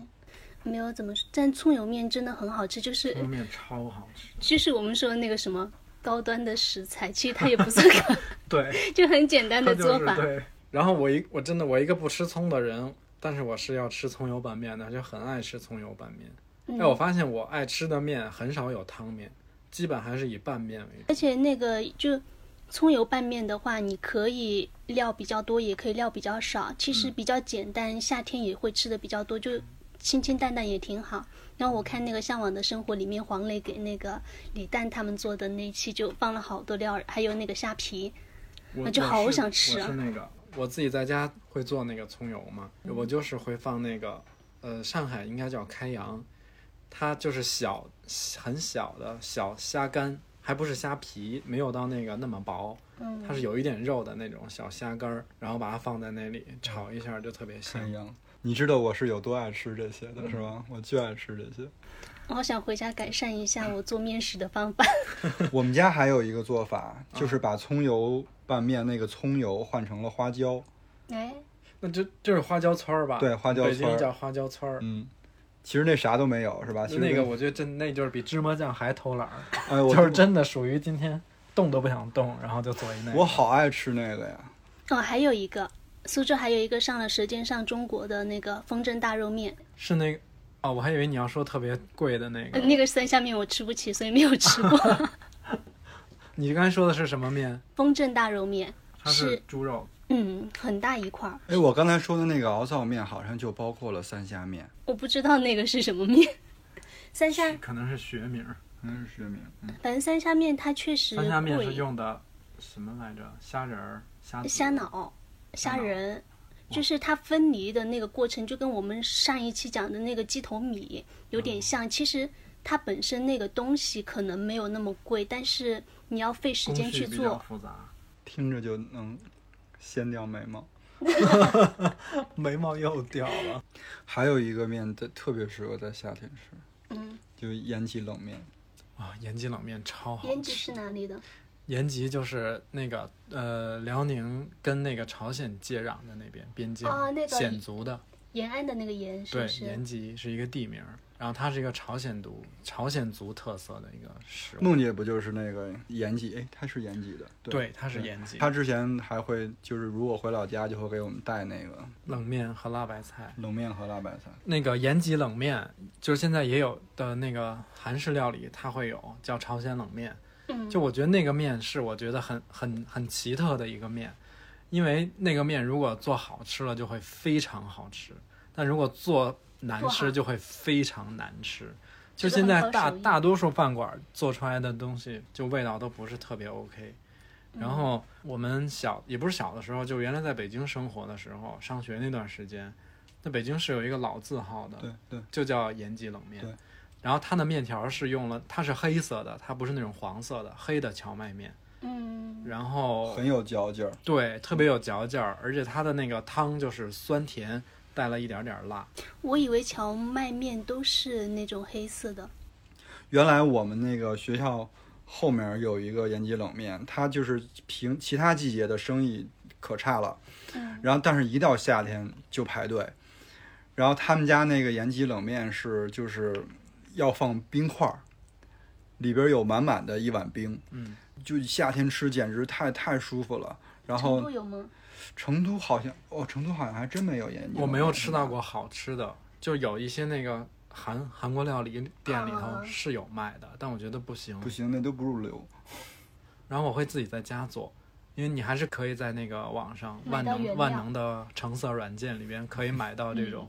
Speaker 5: 没有怎么，但葱油面真的很好吃，就是
Speaker 4: 汤面超好吃。
Speaker 5: 就是我们说的那个什么高端的食材，其实它也不算 高，
Speaker 4: 对，
Speaker 5: 就很简单
Speaker 4: 它
Speaker 5: 的
Speaker 4: 就
Speaker 5: 做
Speaker 4: 是
Speaker 5: 法。
Speaker 4: 对，然后我一我真的我一个不吃葱的人，但是我是要吃葱油拌面的，就很爱吃葱油拌面。
Speaker 5: 嗯
Speaker 4: 哎，我发现我爱吃的面很少有汤面，基本还是以拌面为主。
Speaker 5: 而且那个就葱油拌面的话，你可以料比较多，也可以料比较少，其
Speaker 4: 嗯
Speaker 5: 实比较简单，夏天也会吃的比较多，就清清淡淡也挺好。然后我看那个《向往的生活》里面，黄磊给那个李诞他们做的那一期就放了好多料，还有那个虾皮，
Speaker 4: 我
Speaker 5: 我就
Speaker 4: 我
Speaker 5: 好
Speaker 4: 是
Speaker 5: 想吃
Speaker 4: 我
Speaker 5: 啊
Speaker 4: 是那个我自己在家会做那个葱油嘛，
Speaker 5: 嗯
Speaker 4: 我就是会放那个呃，上海应该叫开阳，它就是小很小的小虾干，还不是虾皮，没有到那个那么薄，
Speaker 5: 嗯
Speaker 4: 它是有一点肉的那种小虾干儿，然后把它放在那里炒一下，就特别香
Speaker 3: 太。阳。你知道我是有多爱吃这些的是吧？我就爱吃这些。
Speaker 5: 我好想回家改善一下我做面食的方法。
Speaker 3: 我们家还有一个做法，就是把葱油拌面那个葱油换成了花椒。
Speaker 5: 哎，
Speaker 4: 那这就是花椒村儿吧？
Speaker 3: 对花椒
Speaker 4: 北
Speaker 3: 村儿
Speaker 4: 京叫花椒村儿。
Speaker 3: 嗯，其实那啥都没有是吧？其
Speaker 4: 就
Speaker 3: 实
Speaker 4: 那个，我觉得真那就是比芝麻酱还偷懒儿，
Speaker 3: 哎，我
Speaker 4: 就是真的属于今天动都不想动，然后就做一那个。
Speaker 3: 我好爱吃那个呀。
Speaker 5: 哦，还有一个，苏州还有一个上了《舌尖上中国》的那个风筝大肉面，
Speaker 4: 是那个哦，我还以为你要说特别贵的那
Speaker 5: 呃
Speaker 4: 个。
Speaker 5: 那个三下面我吃不起，所以没有吃过。
Speaker 4: 你刚才说的是什么面？
Speaker 5: 风筝大肉面
Speaker 4: 它
Speaker 5: 是
Speaker 4: 猪肉。
Speaker 5: 嗯，很大一块儿，
Speaker 3: 哎，我刚才说的那个熬造面好像就包括了三虾面，
Speaker 5: 我不知道那个是什么面。三下，
Speaker 4: 可能是学名儿，
Speaker 3: 嗯，是学名。
Speaker 5: 反正三下面它确实
Speaker 4: 三虾面是
Speaker 5: 贵。
Speaker 4: 用的什么来着？虾仁儿、虾子
Speaker 5: 虾。脑、虾
Speaker 4: 虾脑
Speaker 5: 仁，就是它分离的那个过程，就跟我们上一期讲的那个鸡头米有
Speaker 4: 嗯
Speaker 5: 点像。其实它本身那个东西可能没有那么贵，但是你要费时
Speaker 4: 工
Speaker 5: 间
Speaker 4: 序
Speaker 5: 去
Speaker 4: 比较
Speaker 5: 做。
Speaker 4: 复杂，
Speaker 3: 听着就能掀掉眉 毛。
Speaker 4: 眉毛又掉了。
Speaker 3: 还有一个面的特别适合在夏天吃，
Speaker 5: 嗯，
Speaker 3: 就延吉冷面。
Speaker 4: 啊、延吉冷面超好吃。
Speaker 5: 编辑是哪里的？
Speaker 4: 延吉就是那个呃，辽宁跟那个朝鲜接壤的那边边境，
Speaker 5: 哦那个
Speaker 4: 鲜族的，
Speaker 5: 延安的那个延是
Speaker 4: 对
Speaker 5: 不，是
Speaker 4: 延？吉是一个地名儿，然后它是一个朝鲜族朝鲜族特色的一个食物，
Speaker 3: 梦姐不就是那个延吉？哎，她是延吉的。
Speaker 4: 对，它是延吉，
Speaker 3: 她之前还会就是如果回老家就会给我们带那个
Speaker 4: 冷面和辣白菜。
Speaker 3: 冷面和辣白菜。
Speaker 4: 那个延吉冷面，就是现在也有的那个韩式料理，它会有叫朝鲜冷面。
Speaker 5: 嗯
Speaker 4: 就我觉得那个面是我觉得很很很奇特的一个面，因为那个面如果做好吃了就会非常好吃，但如果做难
Speaker 5: 不好
Speaker 4: 吃就会非常难吃。
Speaker 5: 这
Speaker 4: 就
Speaker 5: 个
Speaker 4: 现
Speaker 5: 很
Speaker 4: 在
Speaker 5: 靠
Speaker 4: 大
Speaker 5: 手艺
Speaker 4: 大多数饭馆做出来的东西，就味道都不是特别 OK。然后我们小也不是小的时候，就原来在北京生活的时候，上学那段时间，那北京是有一个老字号的，
Speaker 3: 对对，
Speaker 4: 就叫延吉冷面
Speaker 3: 对。
Speaker 4: 然后它的面条是用了，它是黑色的，它不是那种黄色的，黑的荞麦面。
Speaker 5: 嗯，
Speaker 4: 然后
Speaker 3: 很有嚼劲儿。
Speaker 4: 对，特别有嚼劲儿，而且它的那个汤就是酸甜，带了一点点辣。
Speaker 5: 我以为荞麦面都是那种黑色的。
Speaker 3: 原来我们那个学校后面有一个延吉冷面，它就是平其他季节的生意可差了，然后但是一到夏天就排队，然后他们家那个延吉冷面是就是要放冰块儿，里边有满满的一碗冰，
Speaker 4: 嗯，
Speaker 3: 就夏天吃简直太太舒服了。然
Speaker 5: 成
Speaker 3: 后
Speaker 5: 都有吗？
Speaker 3: 成都好像哦，成都好像还真没有延吉冷面，
Speaker 4: 我没有吃到过好吃的，就有一些那个韩韩国料理店里头
Speaker 5: 啊
Speaker 4: 是有卖的，但我觉得不行。
Speaker 3: 不行，那都不入流。
Speaker 4: 然后我会自己在家做，因为你还是可以在那个网上
Speaker 5: 买
Speaker 4: 万
Speaker 5: 到原料嗯
Speaker 4: 能万能的橙色软件里边可以买到这种，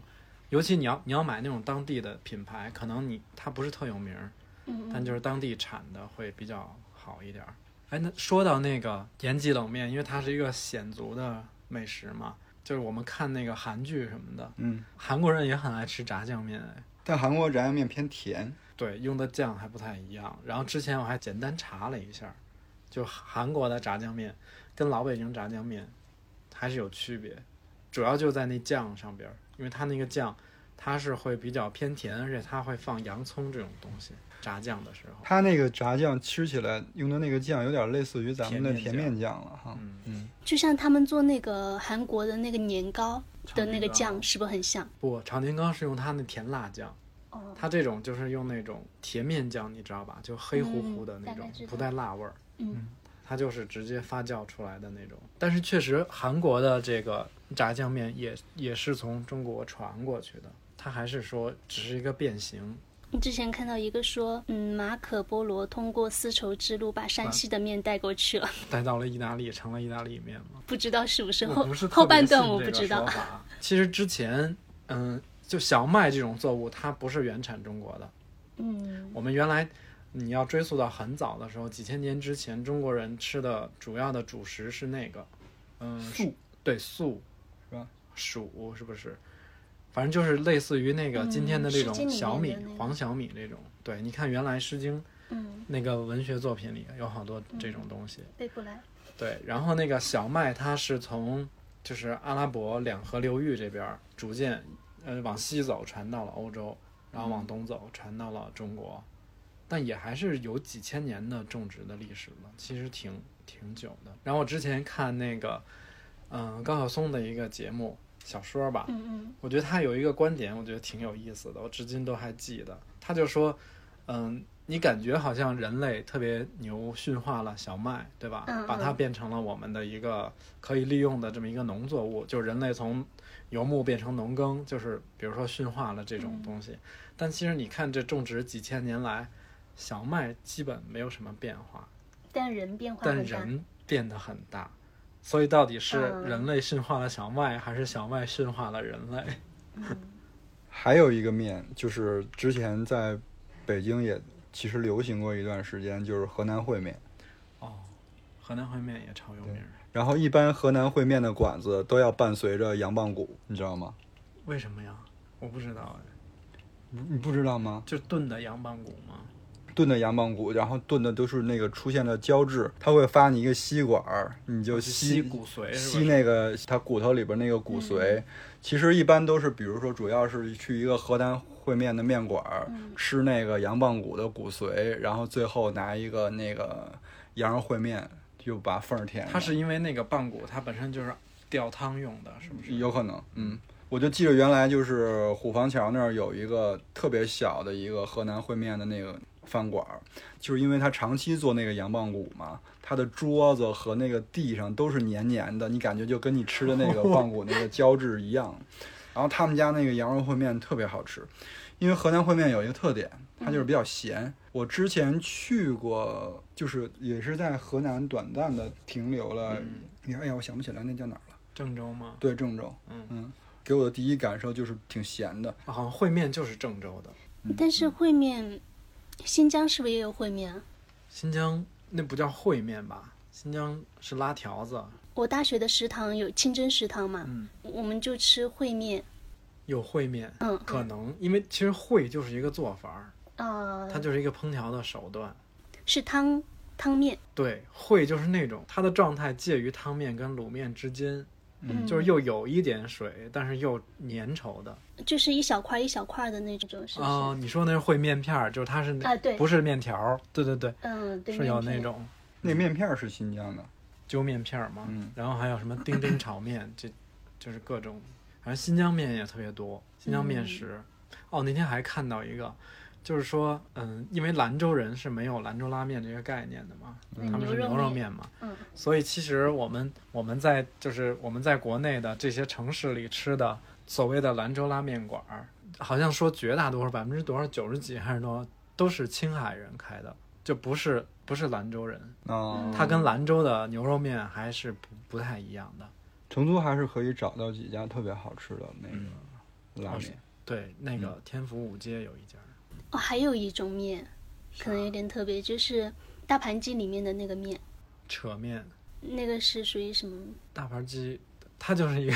Speaker 4: 尤其你要你要买那种当地的品牌，可能你它不是特有名儿，
Speaker 5: 嗯
Speaker 4: 但就是当地产的会比较好一点儿。哎，那说到那个延吉冷面，因为它是一个鲜族的美食嘛，就是我们看那个韩剧什么的，
Speaker 3: 嗯，
Speaker 4: 韩国人也很爱吃炸酱面，哎，
Speaker 3: 但韩国炸酱面偏甜，
Speaker 4: 对，用的酱还不太一样。然后之前我还简单查了一下，就韩国的炸酱面跟老北京炸酱面还是有区别，主要就在那酱上边儿，因为它那个酱它是会比较偏甜，而且它会放洋葱这种东西，炸酱的时候。
Speaker 3: 它那个炸酱吃起来用的那个酱有点类似于咱们的
Speaker 4: 甜
Speaker 3: 甜
Speaker 4: 面
Speaker 3: 面酱了哈。
Speaker 4: 嗯，
Speaker 3: 嗯，
Speaker 5: 就像他们做那个韩国的那个年糕的那个
Speaker 4: 炒年
Speaker 5: 酱，
Speaker 4: 糕
Speaker 5: 是不是很像？
Speaker 4: 不，炒年糕是用它那甜辣酱，
Speaker 5: 哦，
Speaker 4: 它这种就是用那种甜面酱，你知道吧？就黑乎乎的
Speaker 5: 嗯
Speaker 4: 那
Speaker 5: 大
Speaker 4: 种
Speaker 5: 概知，道
Speaker 4: 不带辣味儿。
Speaker 5: 嗯，
Speaker 4: 它就是直接发酵出来的那种。但是确实，韩国的这个炸酱面也也是从中国传过去的，它还是说只是一个变形。
Speaker 5: 之前看到一个说，嗯，马可波罗通过丝绸之路把山西的面带过去了，
Speaker 4: 带到了意大利，成了意大利面嘛。
Speaker 5: 不知道是不是
Speaker 4: 我
Speaker 5: 后
Speaker 4: 不是特别
Speaker 5: 后半段
Speaker 4: 信
Speaker 5: 我
Speaker 4: 这
Speaker 5: 不
Speaker 4: 个
Speaker 5: 知道
Speaker 4: 说。法。 其实之前，嗯，就小麦这种作物，它不是原产中国的。
Speaker 5: 嗯，
Speaker 4: 我们原来你要追溯到很早的时候，几千年之前，中国人吃的主要的主食是那个，嗯，
Speaker 3: 素
Speaker 4: 对素
Speaker 3: 是吧？
Speaker 4: 黍是不是？反正就是类似于那个今天的这
Speaker 5: 嗯诗经里
Speaker 4: 种
Speaker 5: 面
Speaker 4: 小米、
Speaker 5: 的那个
Speaker 4: 黄小米这种。对，你看原来《诗经》
Speaker 5: 嗯，
Speaker 4: 那个文学作品里有好多这种东西。
Speaker 5: 背不来。
Speaker 4: 对，然后那个小麦它是从就是阿拉伯两河流域这边儿逐渐呃往西走传到了欧洲，然后往东走传到了中国，但也还是有几千年的种植的历史了，其实挺挺久的。然后我之前看那个嗯、高晓松的一个节目小说吧，
Speaker 5: 嗯
Speaker 4: 我觉得他有一个观点，我觉得挺有意思的，我至今都还记得。他就说，嗯，你感觉好像人类特别牛，驯化了小麦，对吧？
Speaker 5: 嗯嗯
Speaker 4: 把它变成了我们的一个可以利用的这么一个农作物，就是人类从游牧变成农耕，就是比如说驯化了这种东西。
Speaker 5: 嗯
Speaker 4: 但其实你看，这种植几千年来，小麦基本没有什么变化。
Speaker 5: 嗯，但人变化
Speaker 4: 但
Speaker 5: 很大。
Speaker 4: 人嗯变得很大，所以到底是
Speaker 5: 嗯
Speaker 4: 人类驯化了小麦，还是小麦驯化了人类？
Speaker 3: 还有一个面就是之前在北京也其实流行过一段时间，就是河南烩面。
Speaker 4: 哦，河南烩面也超有名儿，
Speaker 3: 然后一般河南烩面的馆子都要伴随着羊棒骨，你知道吗？
Speaker 4: 为什么呀？我不知道哎，
Speaker 3: 你你不知道吗？
Speaker 4: 就炖的羊棒骨吗？
Speaker 3: 炖的羊棒骨，然后炖的都是那个出现了胶质，它会发你一个吸管儿，你就吸
Speaker 4: 哦吸骨髓是
Speaker 3: 吸
Speaker 4: 吧？
Speaker 3: 那个它骨头里边那个骨髓。其实一般都是，比如说主要是去一个河南烩面的面馆儿、吃那个羊棒骨的骨髓，然后最后拿一个那个羊肉烩面就把缝儿填上。
Speaker 4: 它是因为那个棒骨它本身就是吊汤用的，是不是？
Speaker 3: 有可能，嗯，我就记得原来就是虎坊桥那儿有一个特别小的一个河南烩面的那个饭馆儿，就是因为他长期做那个羊棒骨嘛，他的桌子和那个地上都是黏黏的，你感觉就跟你吃的那个棒骨那个胶质一样。然后他们家那个羊肉烩面特别好吃，因为河南烩面有一个特点，它就是比较咸。我之前去过，就是也是在河南短暂的停留了，你看，哎呀，我想不起来那叫哪儿了。
Speaker 4: 郑州吗？
Speaker 3: 对，郑州，
Speaker 4: 嗯
Speaker 3: 给我的第一感受就是挺咸的。
Speaker 4: 好像烩面就是郑州的，
Speaker 5: 但
Speaker 4: 嗯
Speaker 5: 是烩面，新疆是不是也有烩面啊？
Speaker 4: 新疆那不叫烩面吧？新疆是拉条子，
Speaker 5: 我大学的食堂有清真食堂嘛，
Speaker 4: 嗯
Speaker 5: 我们就吃烩面，
Speaker 4: 有烩面，
Speaker 5: 嗯，
Speaker 4: 可能因为其实烩就是一个做法儿，
Speaker 5: 呃，
Speaker 4: 它就是一个烹调的手段。
Speaker 5: 是汤汤面，
Speaker 4: 对，烩就是那种它的状态介于汤面跟卤面之间，
Speaker 5: 嗯，
Speaker 4: 就是又有一点水，但是又粘稠的。
Speaker 5: 就是一小块一小块的那种，是不是？
Speaker 4: 啊、你说那是烩面片儿，就是它是那
Speaker 5: 啊对
Speaker 4: 不是面条儿，对对对，
Speaker 5: 嗯，对，
Speaker 4: 是有
Speaker 5: 面
Speaker 4: 那
Speaker 5: 片
Speaker 4: 种
Speaker 3: 那面片儿是新疆的，
Speaker 4: 揪面片儿嘛，
Speaker 3: 嗯
Speaker 4: 然后还有什么丁丁炒面，这就是各种，反正新疆面也特别多，新疆面食。哦，那天还看到一个，就是说，嗯，因为兰州人是没有兰州拉面这个概念的嘛，
Speaker 5: 嗯
Speaker 4: 他们是
Speaker 5: 牛肉
Speaker 4: 牛肉
Speaker 5: 面
Speaker 4: 面嘛，
Speaker 5: 嗯
Speaker 4: 所以其实我们我们在就是我们在国内的这些城市里吃的所谓的兰州拉面馆儿，好像说绝大多数百分之多少九十几还是多少都是青海人开的，就不是不是兰州人，
Speaker 3: 哦，
Speaker 4: 它跟兰州的牛肉面还是不不太一样的。
Speaker 3: 成都还是可以找到几家特别好吃的那个拉
Speaker 4: 哦
Speaker 3: 面。
Speaker 4: 对，那个天府五街有一家，
Speaker 5: 哦，还有一种面，可能有点特别，就是大盘鸡里面的那个面，
Speaker 4: 扯面
Speaker 5: 那个是属于什么？
Speaker 4: 大盘鸡，它就是一个，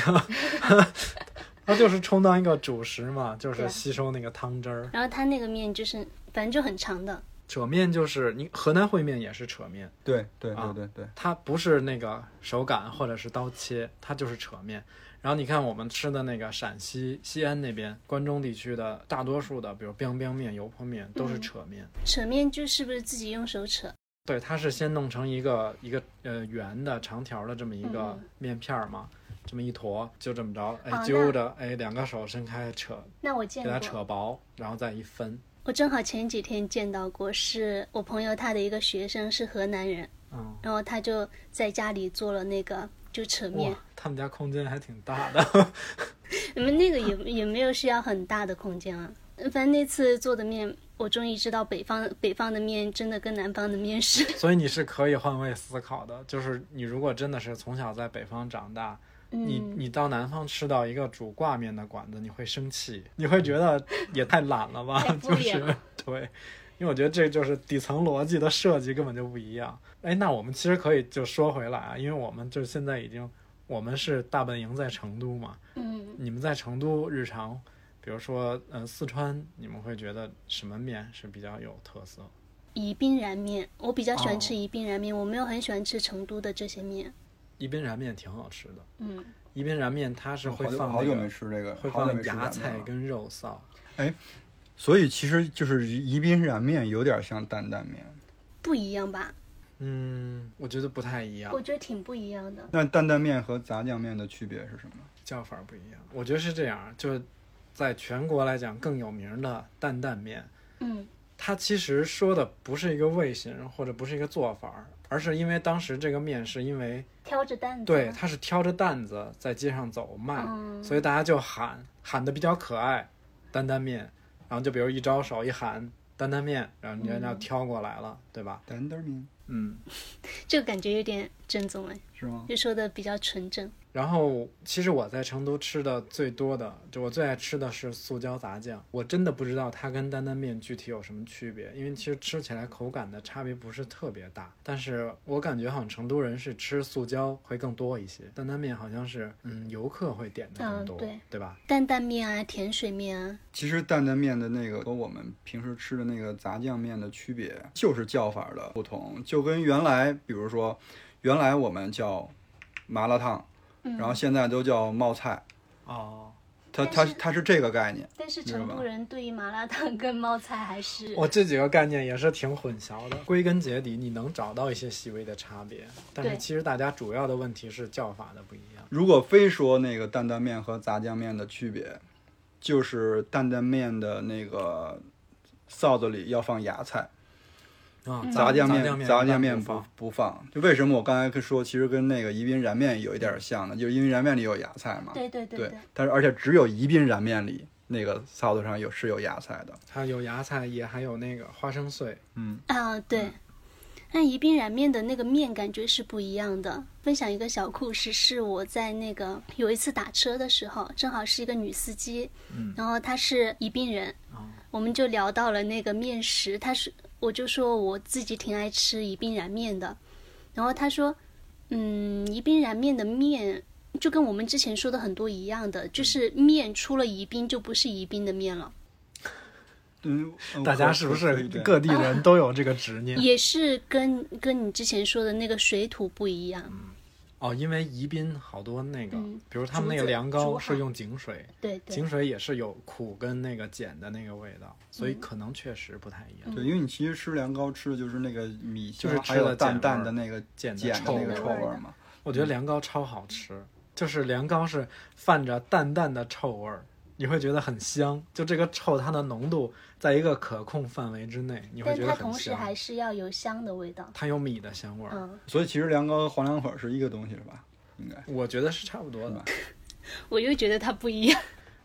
Speaker 4: 它就是充当一个主食嘛，就是
Speaker 5: 对
Speaker 4: 吸收那个汤汁儿。
Speaker 5: 然后它那个面就是反正就很长的，
Speaker 4: 扯面就是你河南烩面也是扯面，
Speaker 3: 对对
Speaker 4: 啊
Speaker 3: 对对对，
Speaker 4: 它不是那个手擀或者是刀切，它就是扯面。然后你看我们吃的那个陕西西安那边关中地区的大多数的，比如 biang biang 面、油泼面都是扯面。
Speaker 5: 扯面就是不是自己用手扯？
Speaker 4: 对，它是先弄成一个一个呃圆的长条的这么一个
Speaker 5: 嗯
Speaker 4: 面片儿嘛，这么一坨，就这么着，
Speaker 5: 啊
Speaker 4: 哎
Speaker 5: 那
Speaker 4: 揪着，哎两个手伸开扯，
Speaker 5: 那我
Speaker 4: 给
Speaker 5: 见
Speaker 4: 它
Speaker 5: 过，
Speaker 4: 扯薄，然后再一分。
Speaker 5: 我正好前几天见到过，是我朋友他的一个学生是河南人，
Speaker 4: 嗯，
Speaker 5: 然后他就在家里做了那个就扯面
Speaker 4: 哇，，他们家空间还挺大的。
Speaker 5: 你们那个也也没有需要很大的空间啊。反正那次做的面，我终于知道北方北方的面真的跟南方的面是
Speaker 4: 所以你是可以换位思考的，就是你如果真的是从小在北方长大，你
Speaker 5: 嗯
Speaker 4: 你到南方吃到一个煮挂面的馆子，你会生气，你会觉得也太懒了吧，
Speaker 5: 太敷
Speaker 4: 啊就
Speaker 5: 衍
Speaker 4: 是
Speaker 5: 了
Speaker 4: 对，因为我觉得这就是底层逻辑的设计根本就不一样。哎，那我们其实可以就说回来啊，因为我们就是现在已经，我们是大本营在成都嘛，
Speaker 5: 嗯，
Speaker 4: 你们在成都日常，比如说呃四川，你们会觉得什么面是比较有特色？
Speaker 5: 宜宾燃面，我比较喜欢吃
Speaker 4: 哦
Speaker 5: 宜宾燃面，我没有很喜欢吃成都的这些面。
Speaker 4: 宜宾燃面挺好吃的。
Speaker 5: 嗯，
Speaker 4: 宜宾燃面它是
Speaker 3: 嗯好
Speaker 4: 会
Speaker 3: 久
Speaker 4: 放、那个、
Speaker 3: 好久没吃这个，
Speaker 4: 会
Speaker 3: 好久没
Speaker 4: 放
Speaker 3: 吃
Speaker 4: 芽
Speaker 3: 咱们
Speaker 4: 菜
Speaker 3: 了
Speaker 4: 跟肉臊。
Speaker 3: 所以其实就是宜宾燃面有点像担担面，
Speaker 5: 不一样吧？
Speaker 4: 嗯，我觉得不太一样
Speaker 5: 我，觉得挺不一样的。
Speaker 3: 那担担面和杂酱面的区别是什么？
Speaker 4: 叫法不一样。我觉得是这样，就是在全国来讲更有名的担担面，
Speaker 5: 嗯，
Speaker 4: 它其实说的不是一个味型或者不是一个做法，而是因为当时这个面是因为
Speaker 5: 挑着担子。
Speaker 4: 对，它是挑着担子在街上走卖，
Speaker 5: 嗯
Speaker 4: 所以大家就喊喊的比较可爱，担担面，然后就比如一招手一喊担担面，然后人家就挑过来了，对吧？
Speaker 3: 担担面
Speaker 4: 嗯，
Speaker 5: 这个感觉有点正宗哎，
Speaker 3: 是吗？
Speaker 5: 就说的比较纯正。
Speaker 4: 然后，其实我在成都吃的最多的，就我最爱吃的是素椒杂酱。我真的不知道它跟担担面具体有什么区别，因为其实吃起来口感的差别不是特别大。但是我感觉好像成都人是吃素椒会更多一些，担担面好像是嗯游客会点的更
Speaker 5: 嗯
Speaker 4: 多，
Speaker 5: 对
Speaker 4: 吧？
Speaker 5: 担担面啊，甜水面啊，
Speaker 3: 其实担担面的那个和我们平时吃的那个杂酱面的区别，就是叫法的不同，就跟原来，比如说，原来我们叫麻辣烫，然后现在都叫冒菜，
Speaker 4: 哦，
Speaker 3: 它它
Speaker 5: 嗯但是
Speaker 3: 它是这个概念。
Speaker 5: 但是
Speaker 3: 明白
Speaker 5: 成都
Speaker 3: 吧
Speaker 5: 人对于麻辣烫跟冒菜还是
Speaker 4: 我这几个概念也是挺混淆的。归根结底，你能找到一些细微的差别，但是
Speaker 5: 对
Speaker 4: 其实大家主要的问题是叫法的不一样。
Speaker 3: 如果非说那个担担面和杂酱面的区别，就是担担面的那个臊子里要放芽菜，
Speaker 4: 啊、
Speaker 5: 嗯
Speaker 3: 杂酱
Speaker 4: 面
Speaker 3: 面
Speaker 4: 杂
Speaker 3: 酱
Speaker 4: 面
Speaker 3: 面
Speaker 4: 包
Speaker 3: 不。不放。就为什么我刚才跟说，其实跟那个宜宾燃面有一点像呢？就是因为燃面里有芽菜嘛。
Speaker 5: 对对对对，
Speaker 3: 但是而且只有宜宾燃面里那个臊子上有是有芽菜的。
Speaker 4: 它有芽菜，也还有那个花生碎。
Speaker 3: 嗯，
Speaker 5: 啊，对。那宜宾燃面的那个面感觉是不一样的。分享一个小故事，是我在那个有一次打车的时候，正好是一个女司机，然后她是宜宾人，我们就聊到了那个面食，她是我就说我自己挺爱吃宜宾燃面的，然后她说，嗯，宜宾燃面的面就跟我们之前说的很多一样的，就是面出了宜宾就不是宜宾的面了。
Speaker 3: 嗯，嗯
Speaker 4: 大家是不是各地人都有这个执 念？
Speaker 5: 也是跟跟你之前说的那个水土不一样，
Speaker 4: 哦，因为宜宾好多那个，
Speaker 5: 嗯
Speaker 4: 比如他们那个
Speaker 5: 竹子
Speaker 4: 凉
Speaker 5: 竹
Speaker 4: 糕
Speaker 5: 海
Speaker 4: 是用井水，
Speaker 5: 对对嗯
Speaker 4: 井水也是有苦跟那个碱的那个味道，所以可能确实不太一样。
Speaker 3: 对，因为你其实吃凉糕吃的就是那个米香，
Speaker 4: 就是
Speaker 3: 还
Speaker 4: 吃
Speaker 3: 有
Speaker 4: 了
Speaker 3: 淡
Speaker 4: 碱味
Speaker 3: 淡
Speaker 4: 儿
Speaker 3: 的那个
Speaker 4: 碱的
Speaker 3: 碱的
Speaker 4: 臭
Speaker 3: 那个
Speaker 4: 味
Speaker 3: 臭
Speaker 5: 儿
Speaker 3: 味儿嘛。
Speaker 5: 嗯
Speaker 4: 我觉得凉糕超好吃，就是凉糕是泛着淡淡的臭味儿，你会觉得很香。就这个臭，它的浓度在一个可控范围之内，你会
Speaker 5: 但
Speaker 4: 觉
Speaker 5: 它
Speaker 4: 得很
Speaker 5: 同时还
Speaker 4: 香。
Speaker 5: 是要有香的味道。
Speaker 4: 它有米的香味儿，
Speaker 5: 嗯，
Speaker 3: 所以其实凉糕和黄凉粉儿是一个东西是吧？应该。
Speaker 4: 我觉得是差不多
Speaker 3: 是
Speaker 4: 的
Speaker 3: 吧。
Speaker 5: 我又觉得它不一样。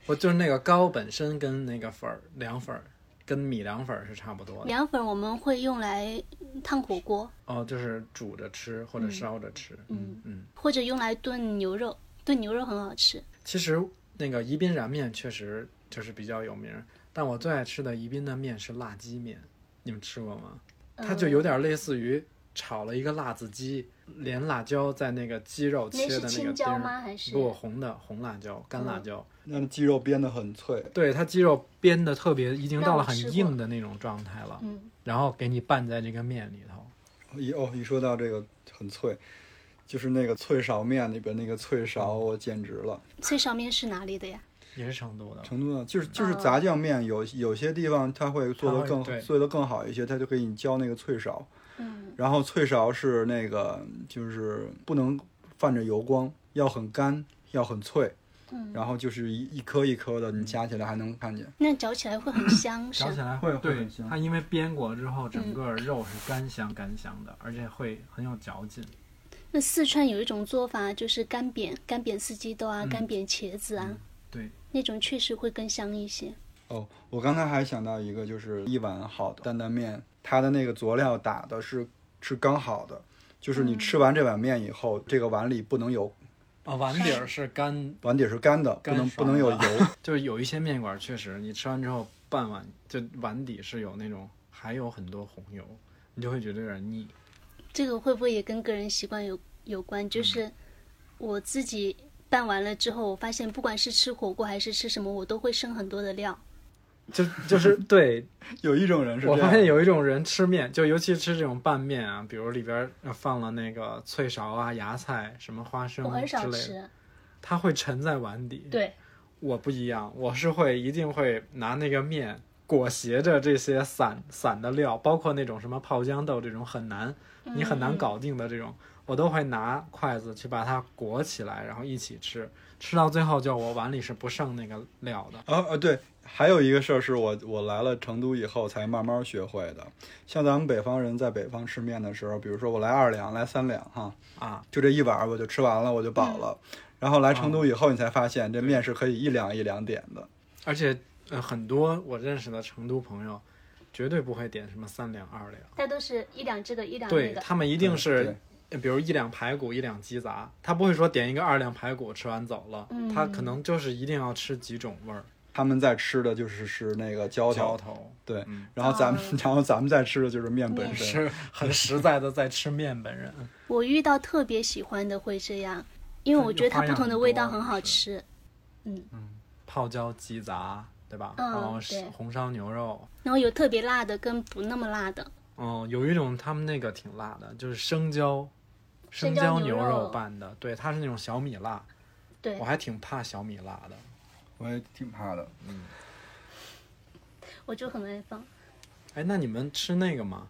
Speaker 4: 我就是那个糕本身跟那个粉儿凉粉儿跟米凉粉儿是差不多的，
Speaker 5: 凉粉我们会用来烫火锅，
Speaker 4: 哦，就是煮着吃或者烧着吃。
Speaker 5: 嗯
Speaker 4: 嗯，
Speaker 5: 或者用来炖牛肉，炖牛肉很好吃。
Speaker 4: 其实那个宜宾燃面确实就是比较有名儿，但我最爱吃的宜宾的面是辣鸡面，你们吃过吗？
Speaker 5: 呃
Speaker 4: 它就有点类似于炒了一个辣子鸡，连辣椒在那个鸡肉
Speaker 5: 那
Speaker 4: 切
Speaker 5: 是
Speaker 4: 的那个
Speaker 5: 青
Speaker 4: 丁
Speaker 5: 椒
Speaker 4: 儿
Speaker 5: 吗？还是
Speaker 4: 不红的红辣椒，干辣椒。
Speaker 3: 那鸡肉煸得很脆，
Speaker 4: 对它鸡肉煸的特别，已经
Speaker 5: 让
Speaker 4: 到
Speaker 5: 我
Speaker 4: 了很
Speaker 5: 吃过
Speaker 4: 硬的那种状态了。
Speaker 5: 嗯，
Speaker 4: 然后给你拌在这个面里头。
Speaker 3: 一哦，一说到这个很脆，就是那个脆勺面里边那个脆勺，
Speaker 4: 嗯
Speaker 3: 我简直了。
Speaker 5: 脆勺面是哪里的呀？
Speaker 4: 也是成都的，
Speaker 3: 成都呢，就是就是杂酱面，有有些地方它会做
Speaker 4: 它
Speaker 3: 得
Speaker 4: 会
Speaker 3: 更
Speaker 4: 对
Speaker 3: 做得更好一些，它就给你浇那个脆勺。
Speaker 5: 嗯，
Speaker 3: 然后脆勺是那个就是不能泛着油光，要很干，要很脆。
Speaker 5: 嗯
Speaker 3: 然后就是一一颗一颗的，你夹起来还能看见。
Speaker 5: 那嚼起来会很香，是
Speaker 4: 嚼起
Speaker 5: 吧？
Speaker 4: 来
Speaker 3: 会会
Speaker 4: 对
Speaker 3: 很香
Speaker 4: 它，因为煸过之后，
Speaker 5: 嗯
Speaker 4: 整个肉是干香干香的，而且会很有嚼劲。
Speaker 5: 那四川有一种做法就是干煸干煸四季豆啊，
Speaker 4: 嗯
Speaker 5: 干煸茄子啊，
Speaker 4: 对，
Speaker 5: 那种确实会更香一些。
Speaker 3: 哦，我刚才还想到一个，就是一碗好的担担面，它的那个佐料打的是是刚好的，就是你吃完这碗面以后，这个碗里不能有，
Speaker 4: 啊，碗底儿是干，
Speaker 3: 碗底是干的，不
Speaker 4: 干
Speaker 3: 能不
Speaker 4: 爽
Speaker 3: 能有
Speaker 4: 的
Speaker 3: 油。
Speaker 4: 就是有一些面馆确实，你吃完之后半碗就碗底是有那种还有很多红油，你就会觉得有点腻。
Speaker 5: 这个会不会也跟个人习惯有有关？
Speaker 4: 嗯
Speaker 5: 就是我自己拌完了之后，我发现不管是吃火锅还是吃什么，我都会生很多的料。
Speaker 4: 就就是 对
Speaker 3: 有一种人是这
Speaker 4: 我
Speaker 3: 样的，
Speaker 4: 发现有一种人吃面，就尤其吃这种拌面啊，比如里边呃放了那个脆勺啊、芽菜、什么花生
Speaker 5: 我很
Speaker 4: 嗯之
Speaker 5: 少
Speaker 4: 类的，嗯
Speaker 5: 吃，
Speaker 4: 它会沉在碗底。
Speaker 5: 对，
Speaker 4: 我不一样，我是会一定会拿那个面裹挟着这些散散的料，包括那种什么泡姜豆这种很难
Speaker 5: 嗯
Speaker 4: 你很难搞定的这种，我都会拿筷子去把它裹起来，然后一起吃，吃到最后就我碗里是不剩那个料的。
Speaker 3: 啊啊，对，还有一个事儿是我我来了成都以后才慢慢学会的。像咱们北方人在北方吃面的时候，比如说我来二两，来三两哈，
Speaker 4: 啊，嗯
Speaker 3: 就这一碗儿我就吃完了，我就饱了。然后来成都以后，你才发现这面是可以一两一两点的。
Speaker 4: 而且呃，很多我认识的成都朋友，绝对不会点什么三两二两，
Speaker 5: 它都是一两这个一两嗯那
Speaker 4: 对
Speaker 5: 个。
Speaker 4: 他们一定
Speaker 3: 对
Speaker 4: 是，呃比如一两排骨一两鸡杂，他不会说点一个二两排骨吃完走了，
Speaker 5: 嗯
Speaker 4: 他可能就是一定要吃几种味儿，
Speaker 3: 他们在吃的就是是那个浇
Speaker 4: 浇
Speaker 3: 头，
Speaker 4: 头
Speaker 3: 对
Speaker 4: 嗯。
Speaker 3: 然后咱们、 然后咱们在吃的就是面本
Speaker 5: 面
Speaker 3: 身。
Speaker 4: 是很实在的在吃面本人。
Speaker 5: 我遇到特别喜欢的会这样，因为我觉得它不同的味道很好吃。
Speaker 4: 泡椒鸡杂，对吧？
Speaker 5: 嗯
Speaker 4: 然后
Speaker 5: 对
Speaker 4: 红烧牛肉，
Speaker 5: 然后有特别辣的跟不那么辣的，
Speaker 4: 嗯，有一种他们那个挺辣的，就是生椒，
Speaker 5: 生
Speaker 4: 生
Speaker 5: 椒
Speaker 4: 椒
Speaker 5: 牛
Speaker 4: 牛
Speaker 5: 肉
Speaker 4: 肉拌的，对，它是那种小米辣，
Speaker 5: 对
Speaker 4: 我还挺怕小米辣的。
Speaker 3: 我也挺怕的。
Speaker 4: 哦
Speaker 5: 我就很爱放。
Speaker 4: 哎，那你们吃那个吗？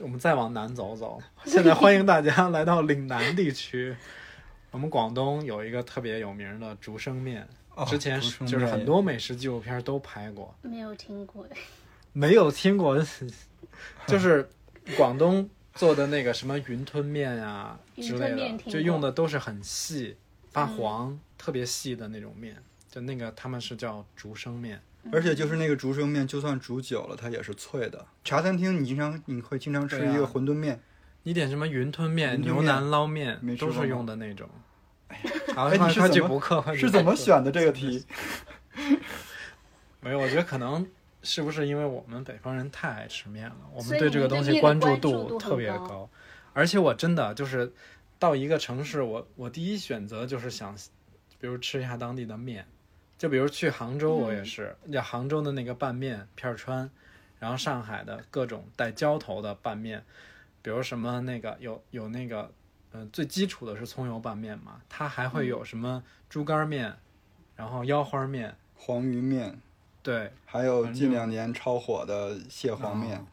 Speaker 4: 我们再往南 走走，现在欢迎大家来到岭南地区。我们广东有一个特别有名的竹升面，
Speaker 3: 哦
Speaker 4: 之前
Speaker 3: 竹升
Speaker 4: 就是
Speaker 3: 面
Speaker 4: 很多美食纪录片都拍过，
Speaker 5: 没有听过，
Speaker 4: 没有听过， 就是广东做的那个什么云吞面啊
Speaker 5: 云
Speaker 4: 之
Speaker 5: 吞
Speaker 4: 类
Speaker 5: 面
Speaker 4: 的，
Speaker 5: 听
Speaker 4: 就用
Speaker 5: 过嗯
Speaker 4: 的都是很细、发黄、特别细的那种面，就那个他们是叫竹升面。
Speaker 3: 而且就是那个竹升面，就算煮久了，它也是脆的。茶餐厅你经常你会经常吃
Speaker 4: 对啊
Speaker 3: 一个馄饨面，
Speaker 4: 你点什么云吞面、
Speaker 3: 云吞
Speaker 4: 牛
Speaker 3: 面
Speaker 4: 腩捞面
Speaker 3: 没，吃
Speaker 4: 都
Speaker 3: 过吗
Speaker 4: 是用的那 种。好，
Speaker 3: 哎你
Speaker 4: 快
Speaker 3: 是
Speaker 4: 快
Speaker 3: 怎
Speaker 4: 去
Speaker 3: 么
Speaker 4: 补课，快去
Speaker 3: 是
Speaker 4: 补
Speaker 3: 怎么
Speaker 4: 课？
Speaker 3: 选的这个题？
Speaker 4: 没有，我觉得可能是不是因为我们北方人太爱吃面了，我
Speaker 5: 所
Speaker 4: 们
Speaker 5: 以
Speaker 4: 对
Speaker 5: 你
Speaker 4: 这个
Speaker 5: 对
Speaker 4: 东
Speaker 5: 面
Speaker 4: 西
Speaker 5: 的
Speaker 4: 关
Speaker 5: 关注
Speaker 4: 度
Speaker 5: 度
Speaker 4: 特
Speaker 5: 很
Speaker 4: 别
Speaker 5: 高
Speaker 4: 高。而且我真的就是到一个城市，我我第一选择就是想，比如吃一下当地的面，就比如去杭州，我也
Speaker 5: 嗯
Speaker 4: 是，那、杭州的那个拌面片儿川，然后上海的各种带浇头的拌面，比如什么那个有有那个，嗯、最基础的是葱油拌面嘛，它还
Speaker 5: 嗯
Speaker 4: 会有什么猪肝面，然后腰花面，
Speaker 3: 黄鱼面，
Speaker 4: 对，
Speaker 3: 还有
Speaker 4: 反
Speaker 3: 近
Speaker 4: 正
Speaker 3: 两年超火的蟹黄面。
Speaker 4: 嗯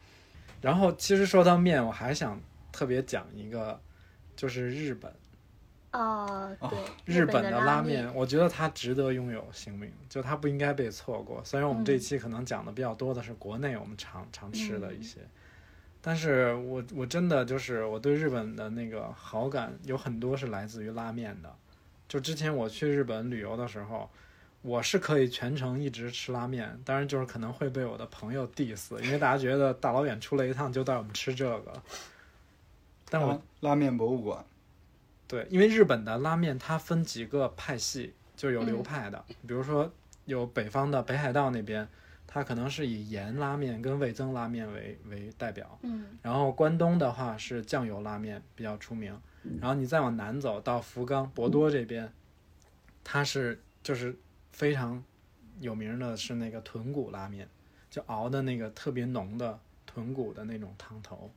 Speaker 4: 然后其实说到面，我还想特别讲一个，就是日本
Speaker 5: 哦，对，
Speaker 4: 日
Speaker 5: 本
Speaker 4: 本的
Speaker 5: 拉
Speaker 4: 拉面，，我觉得它值得拥有姓名，就它不应该被错过。虽然我们这期可能讲的比较多的是国内我们常常吃的一些，但是我我真的就是我对日本的那个好感有很多是来自于拉面的。就之前我去日本旅游的时候，我是可以全程一直吃拉面，当然就是可能会被我的朋友 diss，因为大家觉得大老远出来一趟就带我们吃这个。但我
Speaker 3: 拉拉面博物馆，
Speaker 4: 对，因为日本的拉面它分几个派系，就有流派的，比如说有北方的北海道那边，它可能是以盐拉面跟味增拉面为为代表，
Speaker 5: 嗯，
Speaker 4: 然后关东的话是酱油拉面比较出名，然后你再往南走到福冈博多这边，它是就是非常有名的是那个豚骨拉面，就熬的那个特别浓的豚骨的那种汤头。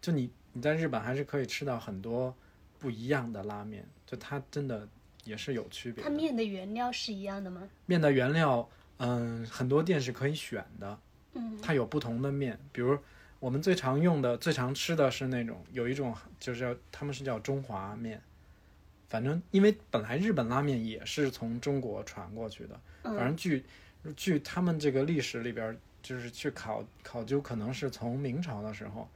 Speaker 4: 就你你在日本还是可以吃到很多不一样的拉面，就它真的也是有区别
Speaker 5: 它
Speaker 4: 的。
Speaker 5: 面的原料是一样的吗？
Speaker 4: 面的原料，嗯，很多店是可以选的，
Speaker 5: 嗯，
Speaker 4: 它有不同的面，比如我们最常用的、最常吃的是那种有一种就是叫他们是叫中华面，反正因为本来日本拉面也是从中国传过去的，
Speaker 5: 嗯
Speaker 4: 反正据据他们这个历史里边儿就是去考考究，可能是从明朝的时候，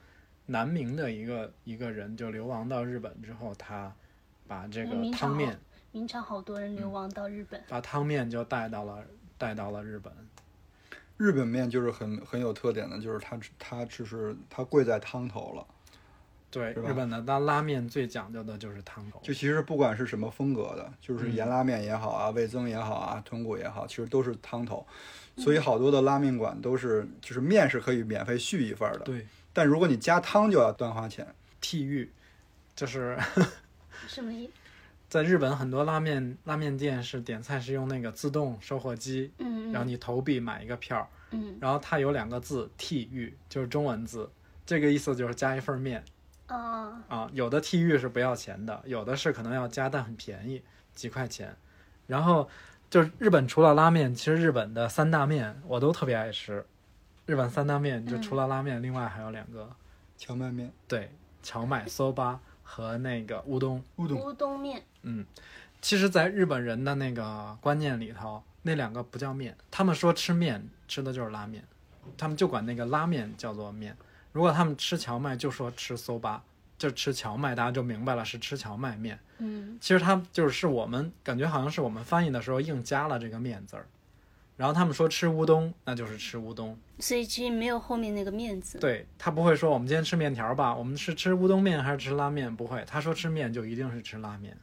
Speaker 4: 南明的一个一个人就流亡到日本之后，他把这
Speaker 5: 嗯
Speaker 4: 个
Speaker 5: 明
Speaker 4: 汤
Speaker 5: 朝
Speaker 4: 面
Speaker 5: 明朝好多人流亡到日本，
Speaker 4: 把汤面就带到了带到了日本，
Speaker 3: 日本面就是很很有特点的，就是它只它只是它贵在汤头了。
Speaker 4: 对，
Speaker 3: 是吧
Speaker 4: 日本的拉拉面最讲究的就是汤头，
Speaker 3: 就其实不管是什么风格的，就是
Speaker 4: 嗯
Speaker 3: 盐拉面也好啊，味增也好啊，豚骨也好，其实都是汤头。所以好多的拉面馆都是，就是面是可以免费续一份儿的，
Speaker 4: 对
Speaker 3: 但如果你加汤就要单花钱。
Speaker 4: 替玉，就是 嗯
Speaker 5: 什么意？
Speaker 4: 在日本很多拉面拉面店是点菜是用那个自动售货机，
Speaker 5: 嗯，嗯
Speaker 4: 然后你投币买一个票儿，
Speaker 5: 嗯
Speaker 4: 然后它有两个字替玉，就是中文字，这个意思就是加一份面
Speaker 5: 哦，
Speaker 4: 啊。有的替玉是不要钱的，有的是可能要加，但很便宜，几块钱。然后就是日本除了拉面，其实日本的三大面我都特别爱吃。日本三大面
Speaker 5: 嗯
Speaker 4: 就除了拉面，另外还有两个，
Speaker 3: 荞麦面、
Speaker 4: 对，荞麦 soba 和那个乌冬。
Speaker 3: 乌冬，
Speaker 5: 乌冬面，
Speaker 4: 嗯，其实，在日本人的那个观念里头，那两个不叫面，他们说吃面吃的就是拉面，他们就管那个拉面叫做面。如果他们吃荞麦，就说吃 soba，就吃荞麦，大家就明白了是吃荞麦面。
Speaker 5: 嗯
Speaker 4: 其实他就是是我们感觉好像是我们翻译的时候硬加了这个面字儿。然后他们说吃乌冬，那就是吃乌冬。
Speaker 5: 所以其实没有后面那个面字。
Speaker 4: 对他不会说我们今天吃面条吧，我们是吃乌冬面还是吃拉面？不会，他说吃面就一定是吃拉面。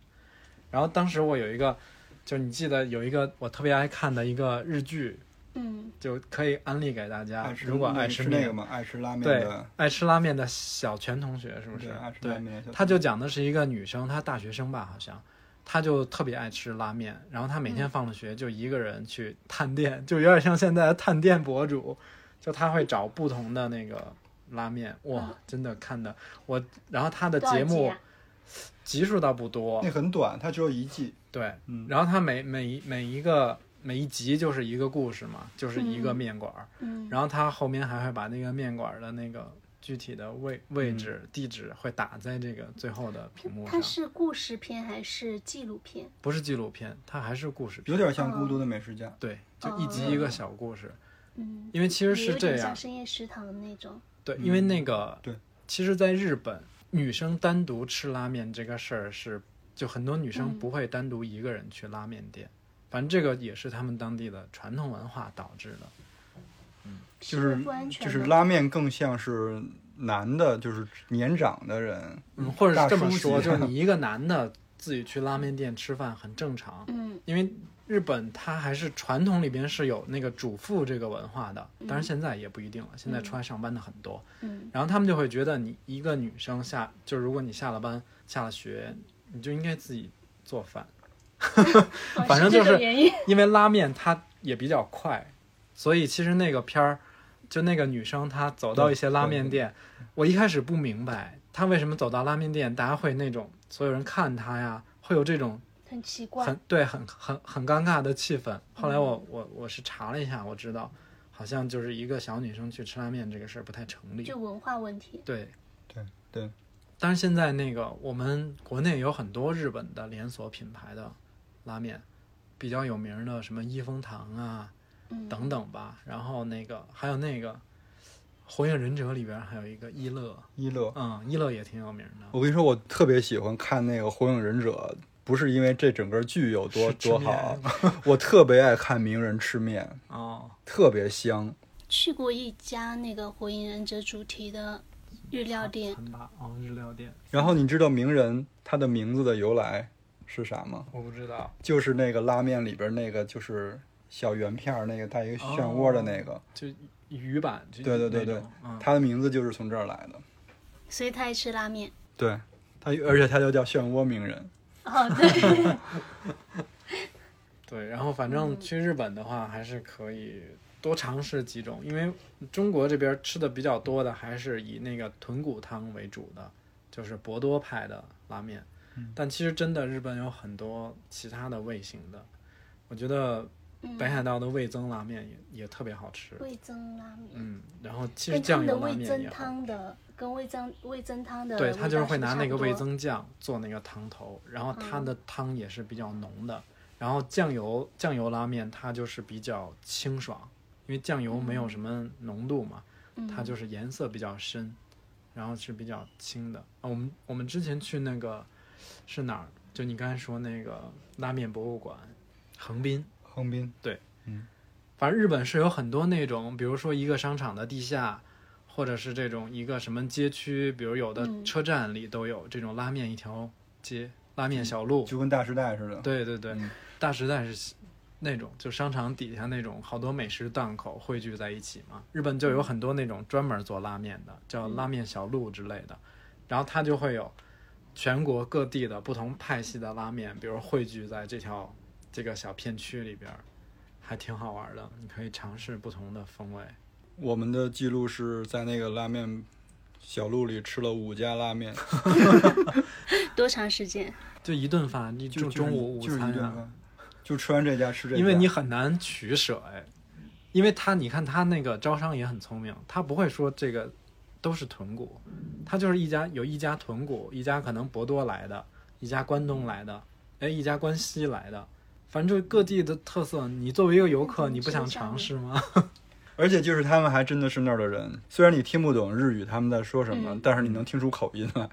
Speaker 4: 然后当时我有一个，就你记得有一个我特别爱看的一个日剧，
Speaker 5: 嗯，
Speaker 4: 就可以安利给大家
Speaker 3: 爱。吃
Speaker 4: 如果爱
Speaker 3: 吃
Speaker 4: 吃
Speaker 3: 嗯那
Speaker 4: 面，
Speaker 3: 个嘛，爱吃拉面
Speaker 4: 对
Speaker 3: 的，，
Speaker 4: 爱吃拉面的小泉同学是不是
Speaker 3: 对，爱？吃拉
Speaker 4: 对，
Speaker 3: 面的。
Speaker 4: 他就讲的是一个女生，她大学生吧，好像，她就特别爱吃拉面，然后她每
Speaker 5: 嗯
Speaker 4: 天放了学就一个人去探店，就有点像现在的探店博主，就她会找不同的那个拉面，哇，真的看的我，然后她
Speaker 5: 嗯
Speaker 4: 的
Speaker 5: 多少
Speaker 4: 节
Speaker 5: 集
Speaker 4: 目
Speaker 5: 啊
Speaker 4: 集数倒不多
Speaker 3: 那，很短，它只有一季。
Speaker 4: 对，
Speaker 3: 嗯，
Speaker 4: 然后她每每一每一个每一集就是一个故事嘛，就是一个
Speaker 5: 嗯
Speaker 4: 面馆儿，
Speaker 5: 嗯，
Speaker 4: 然后她后面还会把那个面馆儿的那个。具体的位
Speaker 3: 嗯
Speaker 4: 位置、地址会打在这个最后的屏幕上。
Speaker 5: 它是故事片还是纪录片？
Speaker 4: 不是纪录片，它还是故事片。
Speaker 3: 有点像《孤独的美食家》
Speaker 4: 对，就一集一个小故事，
Speaker 5: 嗯，
Speaker 4: 因为其实
Speaker 5: 也
Speaker 4: 是
Speaker 5: 哦有
Speaker 4: 这
Speaker 5: 点像
Speaker 4: 样，
Speaker 5: 深夜食堂的那种。
Speaker 4: 对，因为那个、
Speaker 3: 嗯对，
Speaker 4: 其实，在日本，女生单独吃拉面这个事儿是，就很多女生
Speaker 5: 嗯
Speaker 4: 不会单独一个人去拉面店，反正这个也是他们当地的传统文化导致的。
Speaker 3: 就是
Speaker 5: 不安全
Speaker 3: 就是
Speaker 5: 的
Speaker 3: 拉面更像是男的，就是年长的人，
Speaker 4: 嗯，或者
Speaker 3: 大
Speaker 4: 是这么
Speaker 3: 叔级
Speaker 4: 说，
Speaker 3: 的
Speaker 4: 就是你一个男的自己去拉面店吃饭很正常，
Speaker 5: 嗯
Speaker 4: 因为日本它还是传统里边是有那个主妇这个文化的，当然现在也不一定了，现在出来上班的很多，
Speaker 5: 嗯
Speaker 4: 然后他们就会觉得你一个女生下，就如果你下了班、下了学，你就应该自己做饭，
Speaker 5: 哦
Speaker 4: 反正
Speaker 5: 这
Speaker 4: 就
Speaker 5: 个
Speaker 4: 是
Speaker 5: 原因。
Speaker 4: 因为拉面它也比较快，所以其实那个片儿，就那个女生她走到一些拉面店，我一开始不明白她为什么走到拉面店，大家会那种所有人看她呀，会有这种
Speaker 5: 很奇怪，嗯
Speaker 4: 很对很很很尴尬的气氛。后来我我我是查了一下，我知道好像就是一个小女生去吃拉面这个事儿不太成立
Speaker 5: 就，文化问题。
Speaker 4: 对。
Speaker 3: 对对，
Speaker 4: 但是现在那个我们国内有很多日本的连锁品牌的拉面，比较有名的什么一风堂啊
Speaker 5: 嗯，
Speaker 4: 等等吧。然后那个还有那个《火影忍者》里边还有一个一乐，
Speaker 3: 一乐。
Speaker 4: 嗯，一乐也挺有名的。
Speaker 3: 我跟你说，我特别喜欢看那个《火影忍者》，不是因为这整个剧有多
Speaker 4: 是吃
Speaker 3: 多好
Speaker 4: 面，
Speaker 3: 我特别爱看鸣人吃面，
Speaker 4: 哦，
Speaker 3: 特别香。
Speaker 5: 去过一家那个火影忍者主题的日料店，
Speaker 4: 餐吧，哦，日料店，
Speaker 3: 然后你知道鸣人他的名字的由来是啥吗？
Speaker 4: 我不知道。
Speaker 3: 就是那个拉面里边那个，就是小圆片儿那个带一个漩涡
Speaker 4: 哦
Speaker 3: 的那个，
Speaker 4: 就鱼版，就
Speaker 3: 对对对
Speaker 4: 那种
Speaker 3: 对，
Speaker 4: 嗯，
Speaker 3: 它的名字就是从这儿来的。
Speaker 5: 所以他爱吃拉面。
Speaker 3: 对，它而且它就叫漩涡鸣人。
Speaker 5: 哦，对，嗯
Speaker 4: 对。然后反正去日本的话，还是可以多尝试几种，因为中国这边吃的比较多的还是以那个豚骨汤为主的，就是博多派的拉面。但其实真的日本有很多其他的味型的，我觉得
Speaker 5: 嗯
Speaker 4: 北海道的味增拉面也也特别好吃。
Speaker 5: 味增拉面，
Speaker 4: 嗯，然后其实
Speaker 5: 跟他
Speaker 4: 酱
Speaker 5: 们的
Speaker 4: 油拉
Speaker 5: 味
Speaker 4: 面
Speaker 5: 增
Speaker 4: 也好。
Speaker 5: 汤的跟味增味增汤的
Speaker 4: 对，
Speaker 5: 味
Speaker 4: 他就是
Speaker 5: 道
Speaker 4: 会拿
Speaker 5: 差
Speaker 4: 那个
Speaker 5: 不
Speaker 4: 味
Speaker 5: 多嗯
Speaker 4: 增酱做那个汤头，然后它的汤也是比较浓的，然后酱油酱油拉面它就是比较清爽，因为酱油没有
Speaker 5: 嗯
Speaker 4: 什么浓度嘛，它就是颜色比较深，然后是比较清的。啊，我们我们之前去那个是哪儿？就你刚才说那个拉面博物馆，横滨，
Speaker 3: 横滨
Speaker 4: 反正日本是有很多那种，比如说一个商场的地下，或者是这种一个什么街区，比如有的
Speaker 5: 嗯
Speaker 4: 车站里都有这种拉面一条街、拉面小路。
Speaker 3: 就跟大时代似的，
Speaker 4: 对对对，
Speaker 3: 嗯
Speaker 4: 大时代是那种，就商场底下那种好多美食档口汇聚在一起嘛。日本就有很多那种专门做拉面
Speaker 3: 嗯
Speaker 4: 的，叫拉面小路之类的，然后它就会有全国各地的不同派系的拉面，比如汇聚在这条这个小片区里边儿，还挺好玩的，你可以尝试不同的风味。
Speaker 3: 我们的记录是在那个拉面小路里吃了五家拉面，
Speaker 5: 多长时间？
Speaker 4: 就一顿饭，你
Speaker 3: 就
Speaker 4: 中中午午
Speaker 3: 就是
Speaker 4: 餐
Speaker 3: 就是一
Speaker 4: 啊
Speaker 3: 顿饭，就吃完这家吃这家，
Speaker 4: 因为你很难取舍哎，因为他你看他那个招商也很聪明，他不会说这个都是豚骨，他就是一家有一家豚骨，一家可能博多来的，一家关东来的，哎，一家关西来的，反正就各地的特色，你作为一个游客，
Speaker 5: 嗯
Speaker 4: 你不想
Speaker 5: 吃不下
Speaker 4: 尝
Speaker 5: 了
Speaker 4: 试吗？
Speaker 3: 而且就是他们还真的是那儿的人，虽然你听不懂日语他们在说什么，
Speaker 5: 嗯
Speaker 3: 但是你能听出口音来。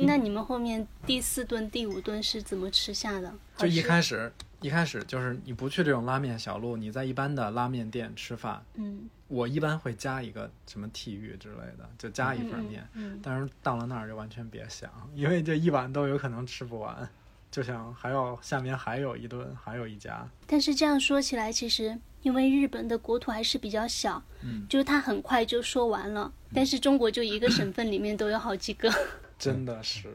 Speaker 5: 那你们后面第四顿、第五顿是怎么吃下的？
Speaker 4: 就一
Speaker 5: 好吃，
Speaker 4: 开始一开始就是你不去这种拉面小路，你在一般的拉面店吃饭，
Speaker 5: 嗯，
Speaker 4: 我一般会加一个什么体育之类的，就加一份
Speaker 5: 嗯
Speaker 4: 面。
Speaker 5: 嗯，
Speaker 4: 但是到了那儿就完全别想，因为这一碗都有可能吃不完，就想还要下面还有一顿，还有一家。
Speaker 5: 但是这样说起来，其实因为日本的国土还是比较小，
Speaker 4: 嗯，
Speaker 5: 就是它很快就说完了。但是中国就一个省份里面都有好几 个，
Speaker 4: 真的是，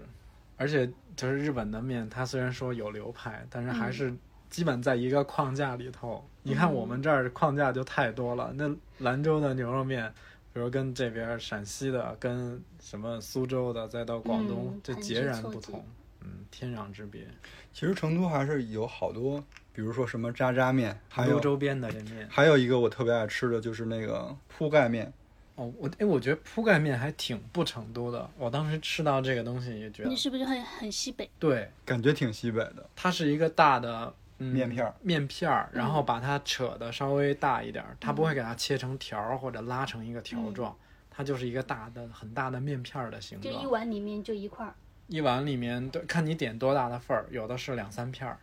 Speaker 4: 而且就是日本的面，它虽然说有流派，但是还是基本在一个框架里头。你看我们这儿框架就太多了，那兰州的牛肉面。比如跟这边陕西的、跟什么苏州的，再到广东，
Speaker 5: 嗯
Speaker 4: 就
Speaker 5: 很
Speaker 4: 截
Speaker 5: 之
Speaker 4: 然
Speaker 5: 错
Speaker 4: 不
Speaker 5: 节
Speaker 4: 同，嗯，天壤之别。
Speaker 3: 其实成都还是有好多，比如说什么渣渣面，还
Speaker 4: 州
Speaker 3: 有
Speaker 4: 周边的这面，
Speaker 3: 还有一个我特别爱吃的就是那个铺盖面，
Speaker 4: 哦，我哎，我觉得铺盖面还挺不成都的。我当时吃到这个东西也觉
Speaker 5: 你
Speaker 4: 得，
Speaker 5: 是不是很很西北？
Speaker 4: 对，
Speaker 3: 感觉挺西北的。
Speaker 4: 它是一个大的、嗯、
Speaker 3: 面片儿，
Speaker 4: 面片儿，然
Speaker 5: 嗯
Speaker 4: 后把它扯的稍微大一点儿，它不会给它切成条儿或者拉成一个条状，它就是一个大的很大的面片儿的形
Speaker 5: 嗯就
Speaker 4: 状。
Speaker 5: 一碗里面就一块儿，
Speaker 4: 一碗里面，对，看你点多大的份儿，有的是两三片儿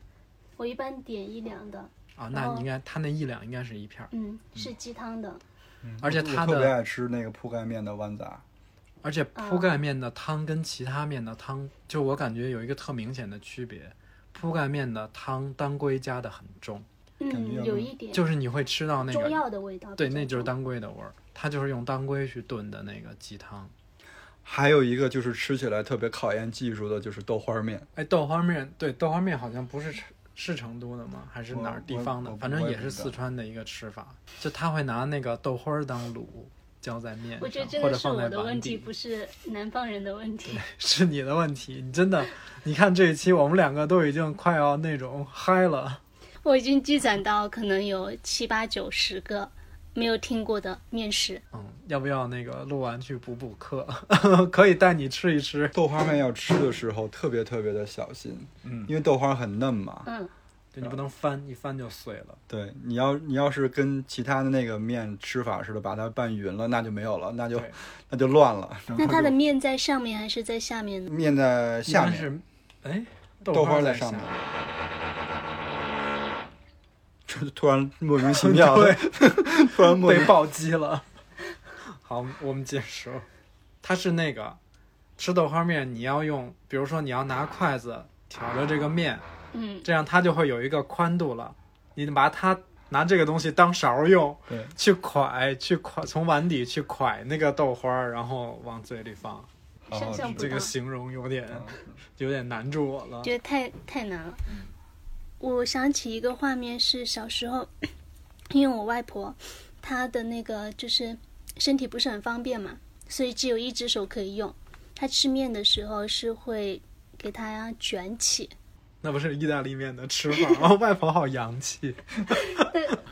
Speaker 5: 我一般点一两的，
Speaker 4: 啊，
Speaker 5: 然
Speaker 4: 那
Speaker 5: 后
Speaker 4: 应该它那一两应该是一片儿，
Speaker 5: 嗯，是鸡汤的，
Speaker 4: 而且
Speaker 3: 嗯我
Speaker 4: 它
Speaker 3: 特别
Speaker 4: 的
Speaker 3: 爱吃那个铺盖面的豌杂，
Speaker 4: 而且
Speaker 5: 嗯
Speaker 4: 铺盖面的汤跟其他面的汤，就我感觉有一个特明显的区别。铺盖面的汤当归加的很重，
Speaker 3: 感觉要
Speaker 5: 嗯，有一点
Speaker 4: 就是你会吃到那
Speaker 5: 中
Speaker 4: 个，
Speaker 5: 药的味道。
Speaker 4: 对，那就是。当归的味儿，它就是用当归去炖的那个鸡汤。
Speaker 3: 还有一个就是吃起来特别考验技术的，就是豆花面。
Speaker 4: 哎，豆花面，对，豆花面好像不是成是成都的吗？还是哪儿
Speaker 3: 我
Speaker 4: 地
Speaker 3: 我
Speaker 4: 方的
Speaker 3: 我？不
Speaker 4: 反正
Speaker 3: 我
Speaker 4: 也
Speaker 3: 也不
Speaker 4: 是
Speaker 3: 知道
Speaker 4: 四川的一个吃法，就他会拿那个豆花儿当卤，浇在面
Speaker 5: 我觉得
Speaker 4: 上，
Speaker 5: 真
Speaker 4: 啊或
Speaker 5: 的
Speaker 4: 者
Speaker 5: 是
Speaker 4: 放在
Speaker 5: 我的
Speaker 4: 碗
Speaker 5: 问
Speaker 4: 底
Speaker 5: 题，。不是南方人的问题。
Speaker 4: 是你的问题，你真的，你看这一期我们两个都已经快要那种嗨了。
Speaker 5: 我已经积攒到可能有七八九十个没有听过的面食。
Speaker 4: 嗯，要不要那个录完去补补课？ 可以带你吃一吃。
Speaker 3: 豆花面要吃的时候特别特别的小心，
Speaker 4: 嗯
Speaker 3: 因为豆花很嫩嘛。
Speaker 5: 嗯，
Speaker 4: 对你不能翻，一翻就碎了。
Speaker 3: 对，你要你要是跟其他的那个面吃法似的，把它拌匀了，那就没有了，那就
Speaker 4: 对
Speaker 3: 那就乱了。
Speaker 5: 那它的面在上面还是在下面呢？
Speaker 3: 面在下
Speaker 4: 一般
Speaker 3: 面，
Speaker 4: 是，哎，
Speaker 3: 豆
Speaker 4: 花
Speaker 3: 花在
Speaker 4: 下
Speaker 3: 上面。这 突然莫名其 妙的，突然莫名
Speaker 4: 被暴击了。好，我们结束。 它是那个吃豆花面，你要用，比如说你要拿筷子挑着这个面，
Speaker 5: 嗯，
Speaker 4: 这样它就会有一个宽度了。你把它拿这个东西当勺用
Speaker 3: 对，
Speaker 4: 去蒯，去蒯，从碗底去蒯那个豆花儿，然后往嘴里放。
Speaker 3: 好好
Speaker 5: 想象
Speaker 3: 吃
Speaker 5: 不
Speaker 4: 这
Speaker 5: 到
Speaker 4: 个，形容有点
Speaker 3: 嗯
Speaker 4: 有点难住我了。
Speaker 5: 觉得太太难了。我想起一个画面是小时候， 因为我外婆她的那个就是身体不是很方便嘛，所以只有一只手可以用。她吃面的时候是会给它卷起，
Speaker 4: 那不是意大利面的吃法 哦，外婆好洋气。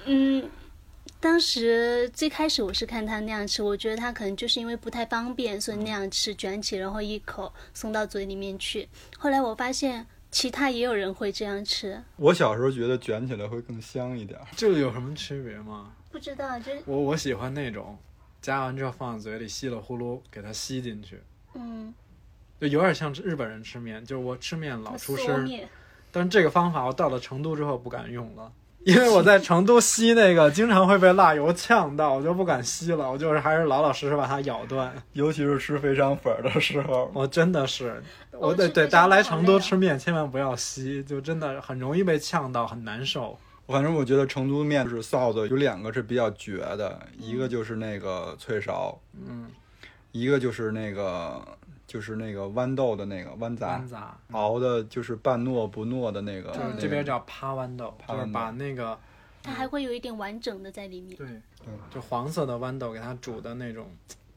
Speaker 5: 嗯，当时最开始我是看他那样吃，我觉得他可能就是因为不太方便，所以那样吃卷起，然后一口送到嘴里面去。后来我发现其他也有人会这样吃，
Speaker 3: 我小时候觉得卷起来会更香一点儿。
Speaker 4: 这个有什么区别吗？
Speaker 5: 不知道就是
Speaker 4: 我我喜欢那种，夹完之后放在嘴里吸了呼噜，给它吸进去，
Speaker 5: 嗯，
Speaker 4: 就有点像日本人吃面，就是我吃面老出
Speaker 5: 缩
Speaker 4: 声。
Speaker 5: 面
Speaker 4: 但是这个方法我到了成都之后不敢用了，因为我在成都吸那个经常会被辣油呛到，我就不敢吸了。我就是还是老老实实把它咬断。
Speaker 3: 尤其是吃肥肠粉儿的时候，
Speaker 4: 我真的是，
Speaker 5: 我
Speaker 4: 我
Speaker 5: 吃
Speaker 4: 得哦对
Speaker 5: 非
Speaker 4: 大家
Speaker 5: 常
Speaker 4: 来
Speaker 5: 好
Speaker 4: 成
Speaker 5: 累
Speaker 4: 都
Speaker 5: 啊
Speaker 4: 吃面千万不要吸，就真的很容易被呛到，很难受。
Speaker 3: 反正我觉得成都面就是臊子，有两个是比较绝的，一个就是那个脆勺，
Speaker 4: 嗯，
Speaker 3: 一个就是那个就是那个豌豆的那个豌杂
Speaker 4: 干，杂。
Speaker 3: 熬的就是半糯不糯的那个
Speaker 4: 就是。这边叫趴豌豆，
Speaker 3: 趴
Speaker 4: 就是
Speaker 3: 豌
Speaker 4: 把
Speaker 3: 豆
Speaker 4: 那个
Speaker 5: 它还会有一点完整的在里面。
Speaker 4: 对
Speaker 3: 嗯，
Speaker 4: 就黄色的豌豆给它煮的那种，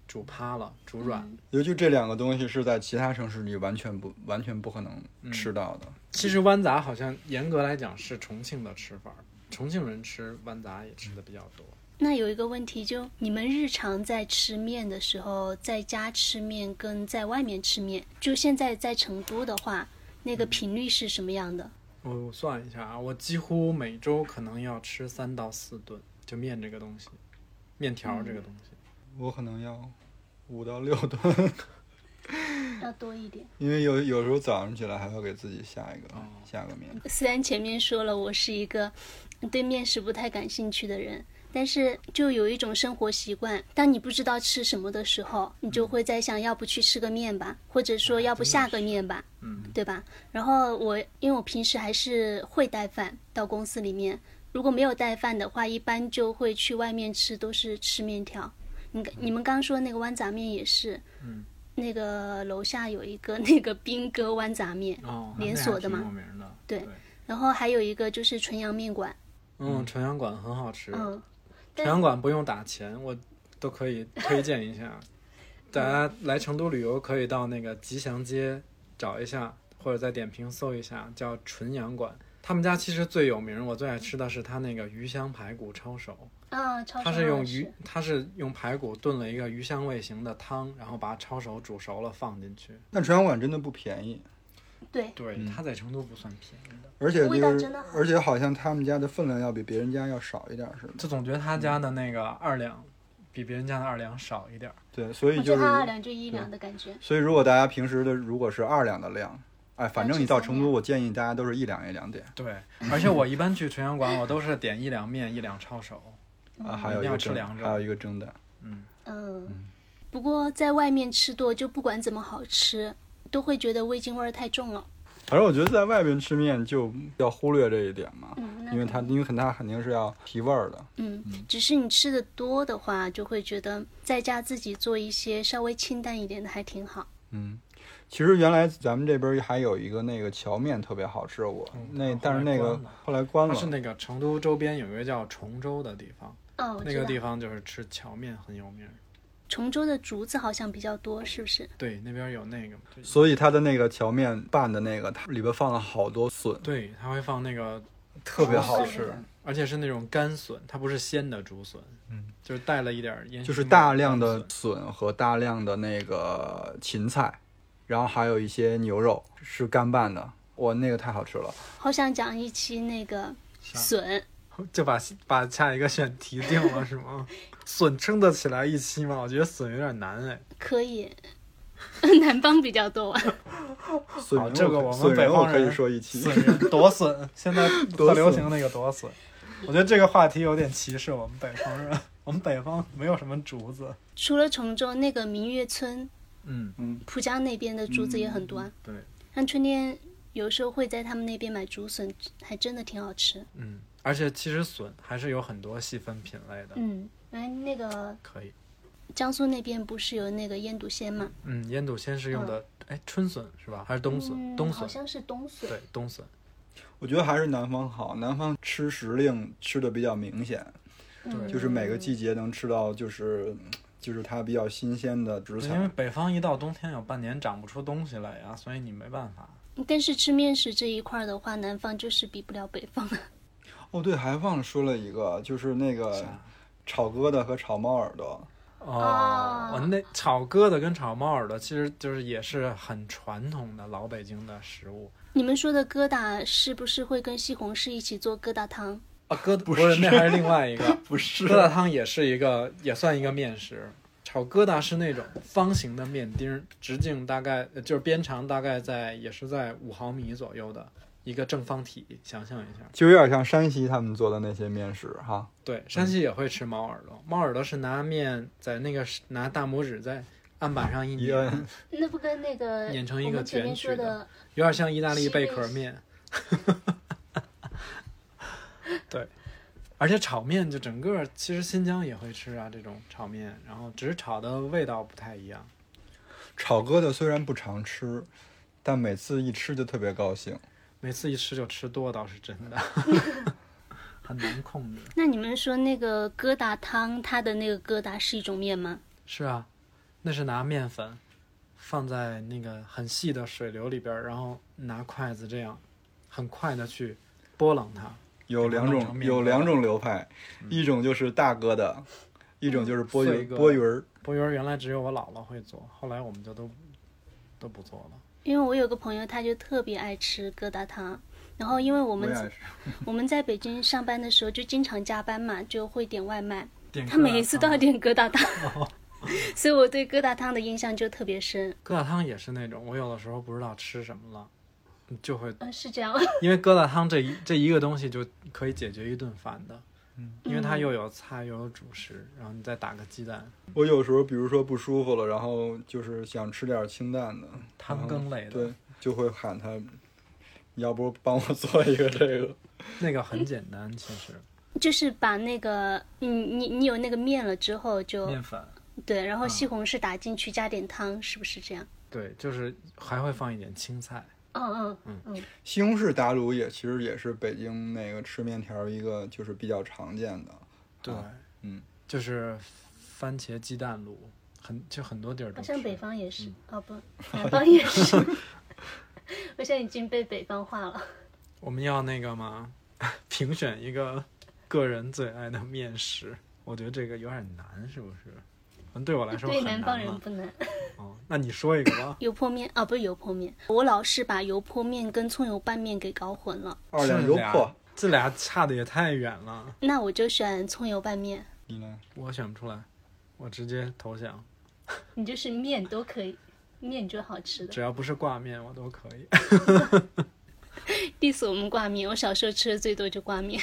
Speaker 4: 煮趴了，煮软。
Speaker 3: 尤其这两个东西是在其他城市里完全不完全不可能吃到的。
Speaker 4: 其实豌杂好像严格来讲是重庆的吃法，重庆人吃豌杂也吃的比较多。
Speaker 5: 那有一个问题就，你们日常在吃面的时候，在家吃面跟在外面吃面，就现在在成都的话，那个频率是什么样的？
Speaker 4: 我算一下啊，我几乎每周可能要吃三到四顿，就面这个东西，面条这个东西。
Speaker 3: 我可能要五到六顿，
Speaker 5: 要多一点。
Speaker 3: 因为有有时候早上起来还会给自己下一个、
Speaker 4: 哦
Speaker 3: 下个面。
Speaker 5: 虽然前面说了我是一个对面食不太感兴趣的人，但是就有一种生活习惯，当你不知道吃什么的时候，你
Speaker 4: 嗯
Speaker 5: 就会在想，要不去吃个面吧，或者
Speaker 4: 啊
Speaker 5: 说要不下个面吧，
Speaker 4: 嗯，
Speaker 5: 对吧？然后我因为我平时还是会带饭到公司里面，如果没有带饭的话，一般就会去外面吃，都是吃面条。你你们刚说那个豌杂面也是，
Speaker 4: 嗯，
Speaker 5: 那个楼下有一个 那个兵哥豌杂面，
Speaker 4: 哦，
Speaker 5: 嗯连锁的
Speaker 4: 那
Speaker 5: 嘛
Speaker 4: 还挺有名的。
Speaker 5: 对然后还有一个就是纯阳面馆，
Speaker 4: 嗯，纯阳馆很好吃。
Speaker 5: 嗯，
Speaker 4: 纯阳馆不用打钱，我都 可以推荐一下。大家来成都旅游可以到那个吉祥街找一下，或者在点评搜一下，叫纯阳馆。他们家其实最有名，我最爱吃的是他那个鱼香排骨抄手。
Speaker 5: 啊，超
Speaker 4: 它
Speaker 5: 市
Speaker 4: 是用
Speaker 5: 好吃
Speaker 4: 鱼，它是用排骨炖了一个鱼香味型的汤，然后把它抄手煮熟了放进去。嗯
Speaker 3: 但纯阳馆真的不便宜，
Speaker 5: 对，
Speaker 4: 对，它在成都不算便宜的。
Speaker 3: 而且
Speaker 5: 味道
Speaker 3: 就
Speaker 5: 真
Speaker 3: 是
Speaker 5: 的好
Speaker 3: 而且好像他们家的分量要比别人家要少一点儿似的。
Speaker 4: 就总觉得他家的那个二两比别人家的二两少一点儿。
Speaker 3: 对，所以
Speaker 5: 我
Speaker 3: 就
Speaker 5: 觉
Speaker 3: 是
Speaker 5: 得它二两就一两的感觉，
Speaker 3: 所以如果大家平时的如果是二两的量，哎，反正你到成
Speaker 5: 三
Speaker 3: 都，
Speaker 5: 两
Speaker 3: 我建议大家都是一两一两点
Speaker 4: 对，而且我一般去纯阳馆，我都是点一两面一两抄手。
Speaker 3: 啊，还有
Speaker 4: 一定
Speaker 3: 一
Speaker 4: 要
Speaker 3: 个
Speaker 4: 吃
Speaker 3: 蒸
Speaker 4: 凉着
Speaker 3: 还有一个蒸蛋。
Speaker 5: 嗯。不过在外面吃多，就不管怎么好吃，都会觉得味精味儿太重了。
Speaker 3: 反正我觉得在外边吃面就要忽略这一点嘛，
Speaker 5: 嗯，那
Speaker 3: 因为它因为它肯定是要提味儿的。
Speaker 5: 嗯，只是你吃的多的话，就会觉得在家自己做一些稍微清淡一点的还挺好。
Speaker 3: 嗯，其实原来咱们这边还有一个那个荞面特别好吃，我、那
Speaker 4: 哦后
Speaker 3: 但是那
Speaker 4: 来
Speaker 3: 个
Speaker 4: 关了
Speaker 3: 后来关
Speaker 4: 它
Speaker 3: 了
Speaker 4: 是。那个成都周边有一个叫崇州的地方，
Speaker 5: 哦，我
Speaker 4: 那
Speaker 5: 知
Speaker 4: 个
Speaker 5: 道
Speaker 4: 地方就是吃荞面很有名儿。
Speaker 5: 崇州的竹子好像比较多，是不是？
Speaker 4: 对，那边有那个。
Speaker 3: 所以它的那个荞面拌的那个，它里边放了好多笋，
Speaker 4: 对，它会放那个
Speaker 3: 特
Speaker 5: 哦
Speaker 3: 别好
Speaker 5: 是
Speaker 3: 吃
Speaker 5: 的，
Speaker 4: 而且是那种干笋，它不是鲜的竹笋，
Speaker 3: 嗯，
Speaker 4: 就是带了一点儿烟熏味儿的干笋，
Speaker 3: 就是大量的笋和大量的那个芹菜，然后还有一些牛肉是干拌的，哇，那个太好吃了。
Speaker 5: 好想讲一期那个笋，
Speaker 4: 就把把下一个选题定了是 吗？笋撑得起来一期吗？我觉得笋有点难哎。
Speaker 5: 可以， 南方比较多。
Speaker 3: 笋
Speaker 4: 好
Speaker 3: 蓉
Speaker 4: 这个我们
Speaker 3: 笋
Speaker 4: 北
Speaker 3: 蓉我
Speaker 4: 方
Speaker 3: 可以
Speaker 4: 人
Speaker 3: 说一期，
Speaker 4: 笋夺笋，现 在特
Speaker 3: 夺
Speaker 4: 流
Speaker 3: 笋
Speaker 4: 行那个夺笋，我觉得这个话题有点歧视我们北方人， 我们北方没有什么竹子。
Speaker 5: 除了崇州那个明月村，
Speaker 4: 嗯，
Speaker 5: 浦江那边的竹子也很多啊。
Speaker 4: 对，
Speaker 5: 像春天有时候会在他们那边买竹笋，还真的挺好吃。
Speaker 4: 嗯，而且其实笋还是有很多细分品类的，
Speaker 5: 嗯，哎，那个
Speaker 4: 可以。
Speaker 5: 江苏那边不是有那个腌笃鲜嘛？
Speaker 4: 嗯，腌笃鲜是用的，哎，春笋是吧？还是冬笋？
Speaker 5: 嗯
Speaker 4: 冬
Speaker 5: 好
Speaker 4: 笋。
Speaker 5: 像是冬笋。
Speaker 4: 对，冬笋。
Speaker 3: 我觉得还是南方好，南方吃时令吃的比较明显，
Speaker 5: 嗯
Speaker 4: 对
Speaker 3: 就是每个季节能吃到就是就是它比较新鲜的食
Speaker 4: 因
Speaker 3: 材。
Speaker 4: 为北方一到冬天有半年长不出东西来呀，所以你没办法。
Speaker 5: 但是吃面食这一块儿的话，南方就是比不了北方 了。
Speaker 3: 哦，对，还忘了说了一个，就是那个
Speaker 4: 啥
Speaker 3: 炒疙瘩和炒猫耳朵。
Speaker 4: 哦，我那炒疙瘩跟炒猫耳朵，其实就是也是很传统的老北京的食物。
Speaker 5: 你们说的疙瘩是不是会跟西红柿一起做疙瘩汤？
Speaker 4: 啊，疙瘩不是，那还是另外一 个。
Speaker 3: 不是
Speaker 4: 疙瘩汤也是一个，也算一个面食。炒疙瘩是那种方形的面丁儿，直径大概呃就是边长大概在也是在五毫米左右的一个正方体，想象一下。
Speaker 3: 就有点像山西他们做的那些面食哈。
Speaker 4: 对，山西也会吃猫耳朵，猫耳朵是拿面在那个拿大拇指在案板上一
Speaker 3: 一
Speaker 4: 捏，
Speaker 3: 摁，
Speaker 5: 那不跟那个
Speaker 4: 碾成一个
Speaker 5: 我们前面
Speaker 4: 卷曲
Speaker 5: 说
Speaker 4: 的有点像意大利贝壳面。 对，而且炒面就整个其实新疆也会吃啊，这种炒面，然后只是炒的味道不太一样。
Speaker 3: 炒疙瘩虽然不常吃，但每次一吃就特别高兴。
Speaker 4: 每次一吃就吃多，倒是真 的， 很难控制。
Speaker 5: 那你们说那个疙瘩汤，它的那个疙瘩是一种面吗？
Speaker 4: 是啊，那是拿面粉放在那个很细的水流里边儿，然后拿筷子这样很快的去拨弄它。
Speaker 3: 有两
Speaker 4: 给它弄成
Speaker 3: 种
Speaker 4: 面
Speaker 3: 有
Speaker 4: 疙瘩
Speaker 3: 两种流派，一种就是大疙瘩，一种就是波
Speaker 4: 嗯碎
Speaker 3: 鱼
Speaker 4: 疙瘩
Speaker 3: 波鱼儿。
Speaker 4: 拨圆儿原来只有我姥姥会做，后来我们就都都不做了。
Speaker 5: 因为我有个朋友，他就特别爱吃疙瘩汤。然后，因为我
Speaker 3: 我也是，
Speaker 5: 们我们在北京上班的时候就经常加班嘛，就会点外卖。
Speaker 4: 点
Speaker 5: 他
Speaker 4: 疙瘩
Speaker 5: 每一次都要
Speaker 4: 汤
Speaker 5: 点疙瘩汤，
Speaker 4: 哦
Speaker 5: 所以我对疙瘩汤的印象就特别深。
Speaker 4: 疙瘩汤也是那种，我有的时候不知道吃什么了，就会
Speaker 5: 嗯，是这样。
Speaker 4: 因为疙瘩汤这一这一个东西就可以解决一顿饭的，嗯，因为它又有菜又有主食，然后你再打个鸡蛋，
Speaker 3: 我有时候比如说不舒服了，然后就是想吃点清淡的
Speaker 4: 汤羹类的，
Speaker 3: 对，就会喊他，你要不帮我做一个这个？
Speaker 4: 那个很简单，其实
Speaker 5: 就是把那个，你你你有那个面了之后就
Speaker 4: 面啊粉，
Speaker 5: 对，然后西红柿打进去，加点汤，是不是这样？
Speaker 4: 对，就是还会放一点青菜，
Speaker 5: 嗯嗯，
Speaker 3: 西红柿打卤也其实也是北京那个吃面条一个就是比较常见的。
Speaker 4: 对，
Speaker 3: 嗯，
Speaker 4: 啊就是番茄鸡蛋卤，很就很多地儿
Speaker 5: 好
Speaker 4: 都吃
Speaker 5: 像，北方也是，
Speaker 4: 嗯
Speaker 5: 哦 不，南方也是。 我现在已经被北方化了。
Speaker 4: 我们要那个吗？ 评选一个个人最爱的面食，我觉得这个有点难，是不是？反正对我来说
Speaker 5: 对
Speaker 4: 很
Speaker 5: 南方
Speaker 4: 难
Speaker 5: 人
Speaker 4: 了。
Speaker 5: 不能。
Speaker 4: 哦，那你说一个吧。
Speaker 5: 油泼面啊，不是油泼面，我老是把油泼面跟葱油拌面给搞混了。
Speaker 3: 二两油泼，
Speaker 4: 这俩差的也太远了，
Speaker 5: 那我就选葱油拌面，
Speaker 3: 你呢？
Speaker 4: 我选不出来，我直接投降，
Speaker 5: 你就是面都可以，面就好吃的。
Speaker 4: 只要不是挂面我都可以。
Speaker 5: diss 我们挂面，我小时候吃的最多就挂面。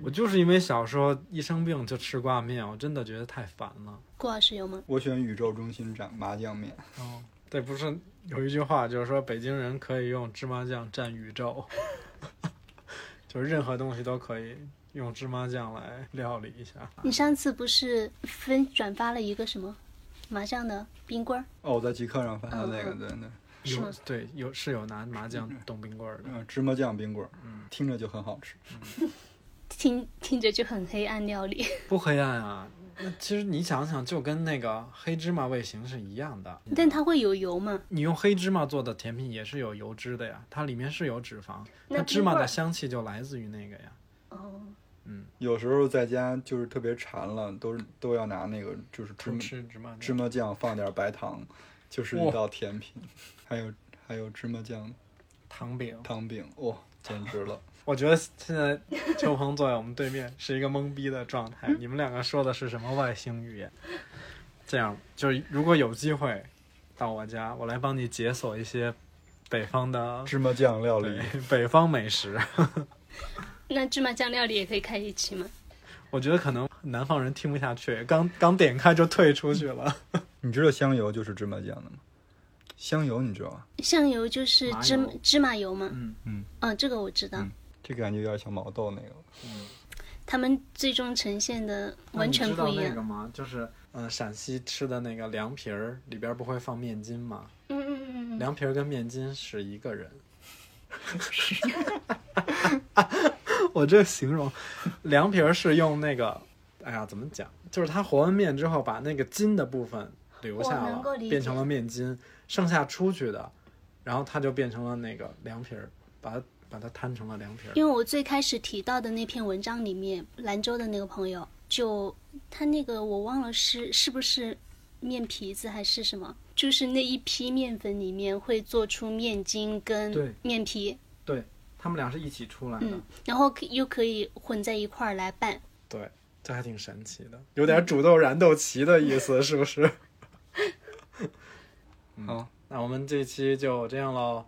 Speaker 4: 我就是因为小时候一生病就吃挂面，我真的觉得太烦了。
Speaker 5: 郭老师有吗？
Speaker 3: 我选宇宙中心炸麻酱面。
Speaker 4: 哦，对，不是有一句话就是说北京人可以用芝麻酱占宇宙，就是任何东西都可以用芝麻酱来料理一下。
Speaker 5: 你上次不是分转发了一个什么麻酱的冰棍儿？
Speaker 3: 哦，我在极客上翻到那个，
Speaker 5: 嗯
Speaker 3: 对对，
Speaker 5: 是
Speaker 4: 有
Speaker 5: 吗
Speaker 4: 对有是有拿麻酱冻冰棍儿的，
Speaker 3: 嗯，芝麻酱冰棍儿，
Speaker 4: 嗯
Speaker 3: 听着就很好吃。
Speaker 5: 听听着就很黑暗料理，
Speaker 4: 不黑暗啊。那其实你想想，就跟那个黑芝麻味型是一样的。
Speaker 5: 但它会有油嘛？
Speaker 4: 你用黑芝麻做的甜品也是有油脂的呀，它里面是有脂肪，
Speaker 5: 那
Speaker 4: 它芝
Speaker 5: 冰
Speaker 4: 麻
Speaker 5: 棍
Speaker 4: 的
Speaker 5: 儿
Speaker 4: 香气就来自于那个呀。
Speaker 5: 哦，
Speaker 3: 有时候在家就是特别馋了，都是都要拿那个就是芝
Speaker 4: 吃
Speaker 3: 麻
Speaker 4: 吃芝麻
Speaker 3: 芝
Speaker 4: 酱，
Speaker 3: 麻酱放点白糖，就是一
Speaker 4: 哇
Speaker 3: 道甜品。还有还有芝麻酱
Speaker 4: 糖饼。
Speaker 3: 汤饼，哇、简直 了！
Speaker 4: 我觉得现在邱鹏坐在我们对面是一个懵逼的状 态。你们两个说的是什么外星语言？这样，就是如果有机会到我家，我来帮你解锁一些北方的
Speaker 3: 芝麻酱料理
Speaker 4: 对， 北方美食。
Speaker 5: 那芝麻酱料理也可以开一期吗？
Speaker 4: 我觉得可能南方人听不下去，刚刚点开就退出去了。
Speaker 3: 你知道香油就是芝麻酱的吗？香油你知道吗？
Speaker 5: 酱油就是
Speaker 4: 麻
Speaker 5: 芝麻
Speaker 4: 油
Speaker 5: 芝麻油嘛。
Speaker 4: 嗯
Speaker 3: 嗯。
Speaker 5: 嗯，这个我知道。
Speaker 3: 嗯这感觉有点像毛豆那个。
Speaker 5: 他们最终呈现的完全不一
Speaker 4: 那你知道那
Speaker 5: 样。
Speaker 4: 个吗？就是嗯、呃陕西吃的那个凉皮儿里边儿不会放面筋吗？
Speaker 5: 嗯嗯嗯嗯。
Speaker 4: 凉皮儿跟面筋是一个人。 我这形容，凉皮儿是用那个哎呀，怎么讲？就是他和完面之后，把那个筋的部分留下
Speaker 5: 我能
Speaker 4: 了
Speaker 5: 够理，解
Speaker 4: 变成了面筋，剩下出去的，然后它就变成了那个凉皮儿，把它把它摊成了凉皮儿。
Speaker 5: 因为我最开始提到的那篇文章里面，兰州的那个朋友就他那个我忘了是是不是面皮子还是什么，就是那一批面粉里面会做出面筋
Speaker 4: 对
Speaker 5: 跟面皮，
Speaker 4: 他们俩是一起出来的，
Speaker 5: 嗯，然后可又可以混在一块儿来拌。
Speaker 4: 对，这还挺神奇的，有点煮豆燃豆萁的意思，是不是？ 嗯
Speaker 3: 好，
Speaker 4: 那我们这期就这样喽。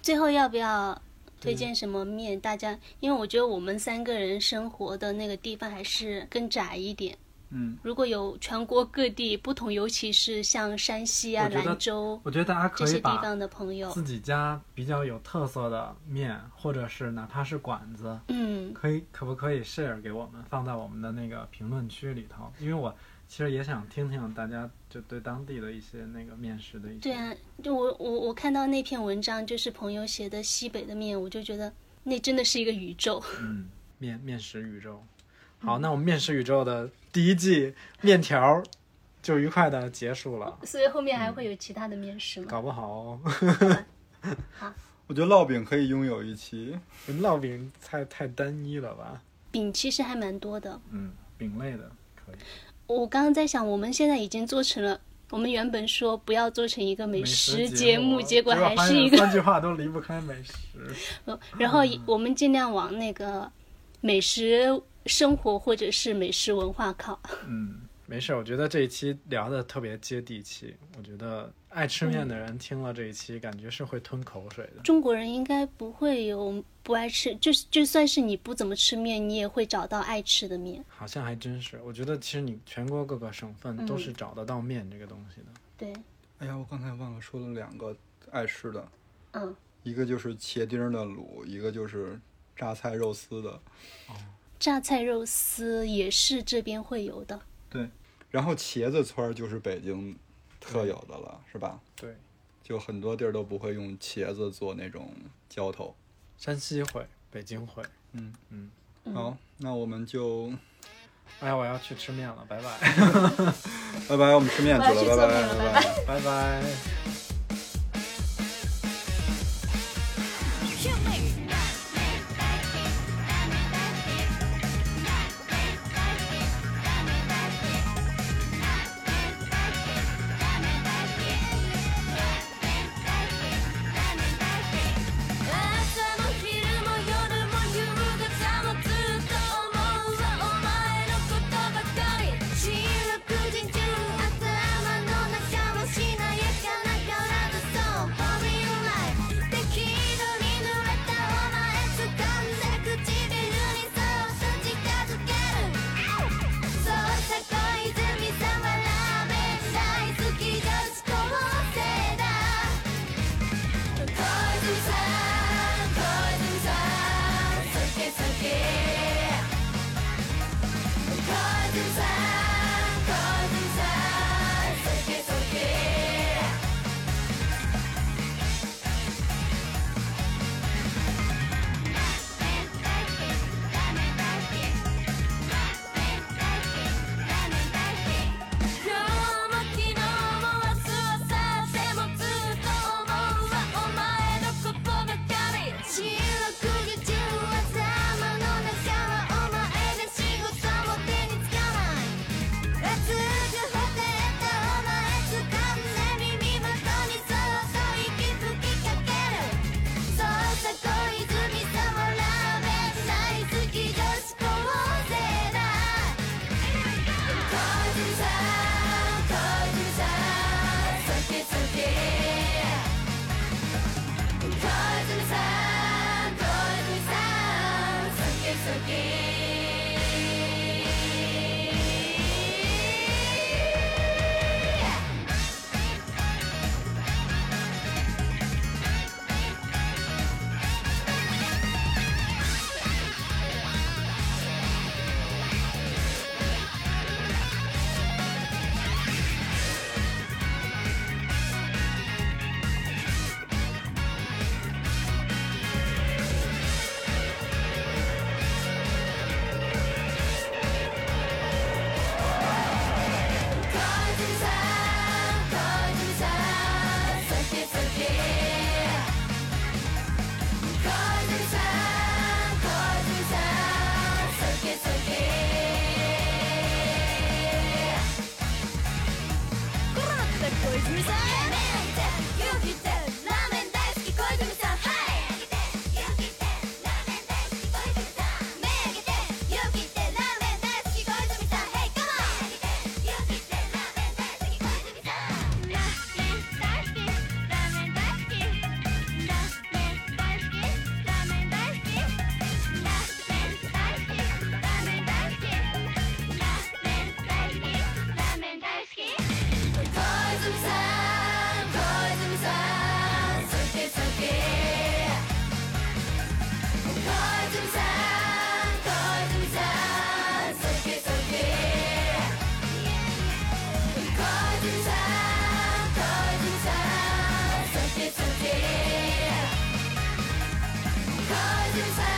Speaker 5: 最后要不要推荐什么面？大家，因为我觉得我们三个人生活的那个地方还是更窄一点。
Speaker 3: 嗯，
Speaker 5: 如果有全国各地不同，尤其是像山西啊
Speaker 4: 我、觉得
Speaker 5: 兰州
Speaker 4: 我觉得大家
Speaker 5: 这
Speaker 4: 可
Speaker 5: 些
Speaker 4: 以
Speaker 5: 地
Speaker 4: 把
Speaker 5: 方的朋友
Speaker 4: 自，己家比较有特色的面，或者是哪怕是馆子，
Speaker 5: 嗯，
Speaker 4: 可以可不可以 share 给我们，放在我们的那个评论区里头？因为我其实也想听听大家就对当地的一些那个面食的一些。
Speaker 5: 对啊，就我我我看到那篇文章，就是朋友写的西北的面，我就觉得那真的是一个宇宙。
Speaker 4: 嗯，面面食宇宙。好，那我们面食宇宙的第一季面条儿就愉快的结束了，
Speaker 5: 所以后面还会有其他的面试吗？
Speaker 4: 搞不好 哦
Speaker 3: 我觉得烙饼可以拥有一期，
Speaker 4: 我们烙饼太太单一了吧？
Speaker 5: 饼其实还蛮多的。
Speaker 4: 嗯，饼类的可以。
Speaker 5: 我刚刚在想，我们现在已经做成了，我们原本说不要做成一个美食节目，结果还是一个，
Speaker 4: 三句话都离不开美食。
Speaker 5: 然后我们尽量往那个美食生活或者是美食文化靠。
Speaker 4: 嗯，没事，我觉得这一期聊的特别接地气。我觉得爱吃面的人听了这一期，感觉是会吞口水的。
Speaker 5: 中国人应该不会有不爱吃，就是就算是你不怎么吃面，你也会找到爱吃的面。
Speaker 4: 好像还真是，我觉得其实你全国各个省份都
Speaker 5: 嗯
Speaker 4: 是找得到面这个东西的。
Speaker 5: 对，
Speaker 3: 哎呀，我刚才忘了说了两个爱吃的，
Speaker 5: 嗯，
Speaker 3: 一个就是茄丁儿的卤，一个就是榨菜肉丝的。
Speaker 5: 榨菜肉丝也是这边会有的。
Speaker 3: 然后茄子村儿就是北京特有的了，是吧？
Speaker 4: 对，
Speaker 3: 就很多地儿都不会用茄子做那种浇头。
Speaker 4: 山西会，北京会。
Speaker 3: 嗯
Speaker 4: 嗯，
Speaker 3: 好，那我们就
Speaker 4: 哎呀，我要去吃面了，拜拜，
Speaker 3: 拜拜，我们吃面去
Speaker 5: 我要去
Speaker 3: 了，
Speaker 5: 做
Speaker 3: 拜
Speaker 5: 面
Speaker 3: 拜，
Speaker 5: 了
Speaker 3: 拜拜。
Speaker 5: 拜
Speaker 4: 拜拜。
Speaker 2: 朝も昼も夜も夕方もずっと思うわお前のことばかり四六時中頭の中はしなやかな顔 say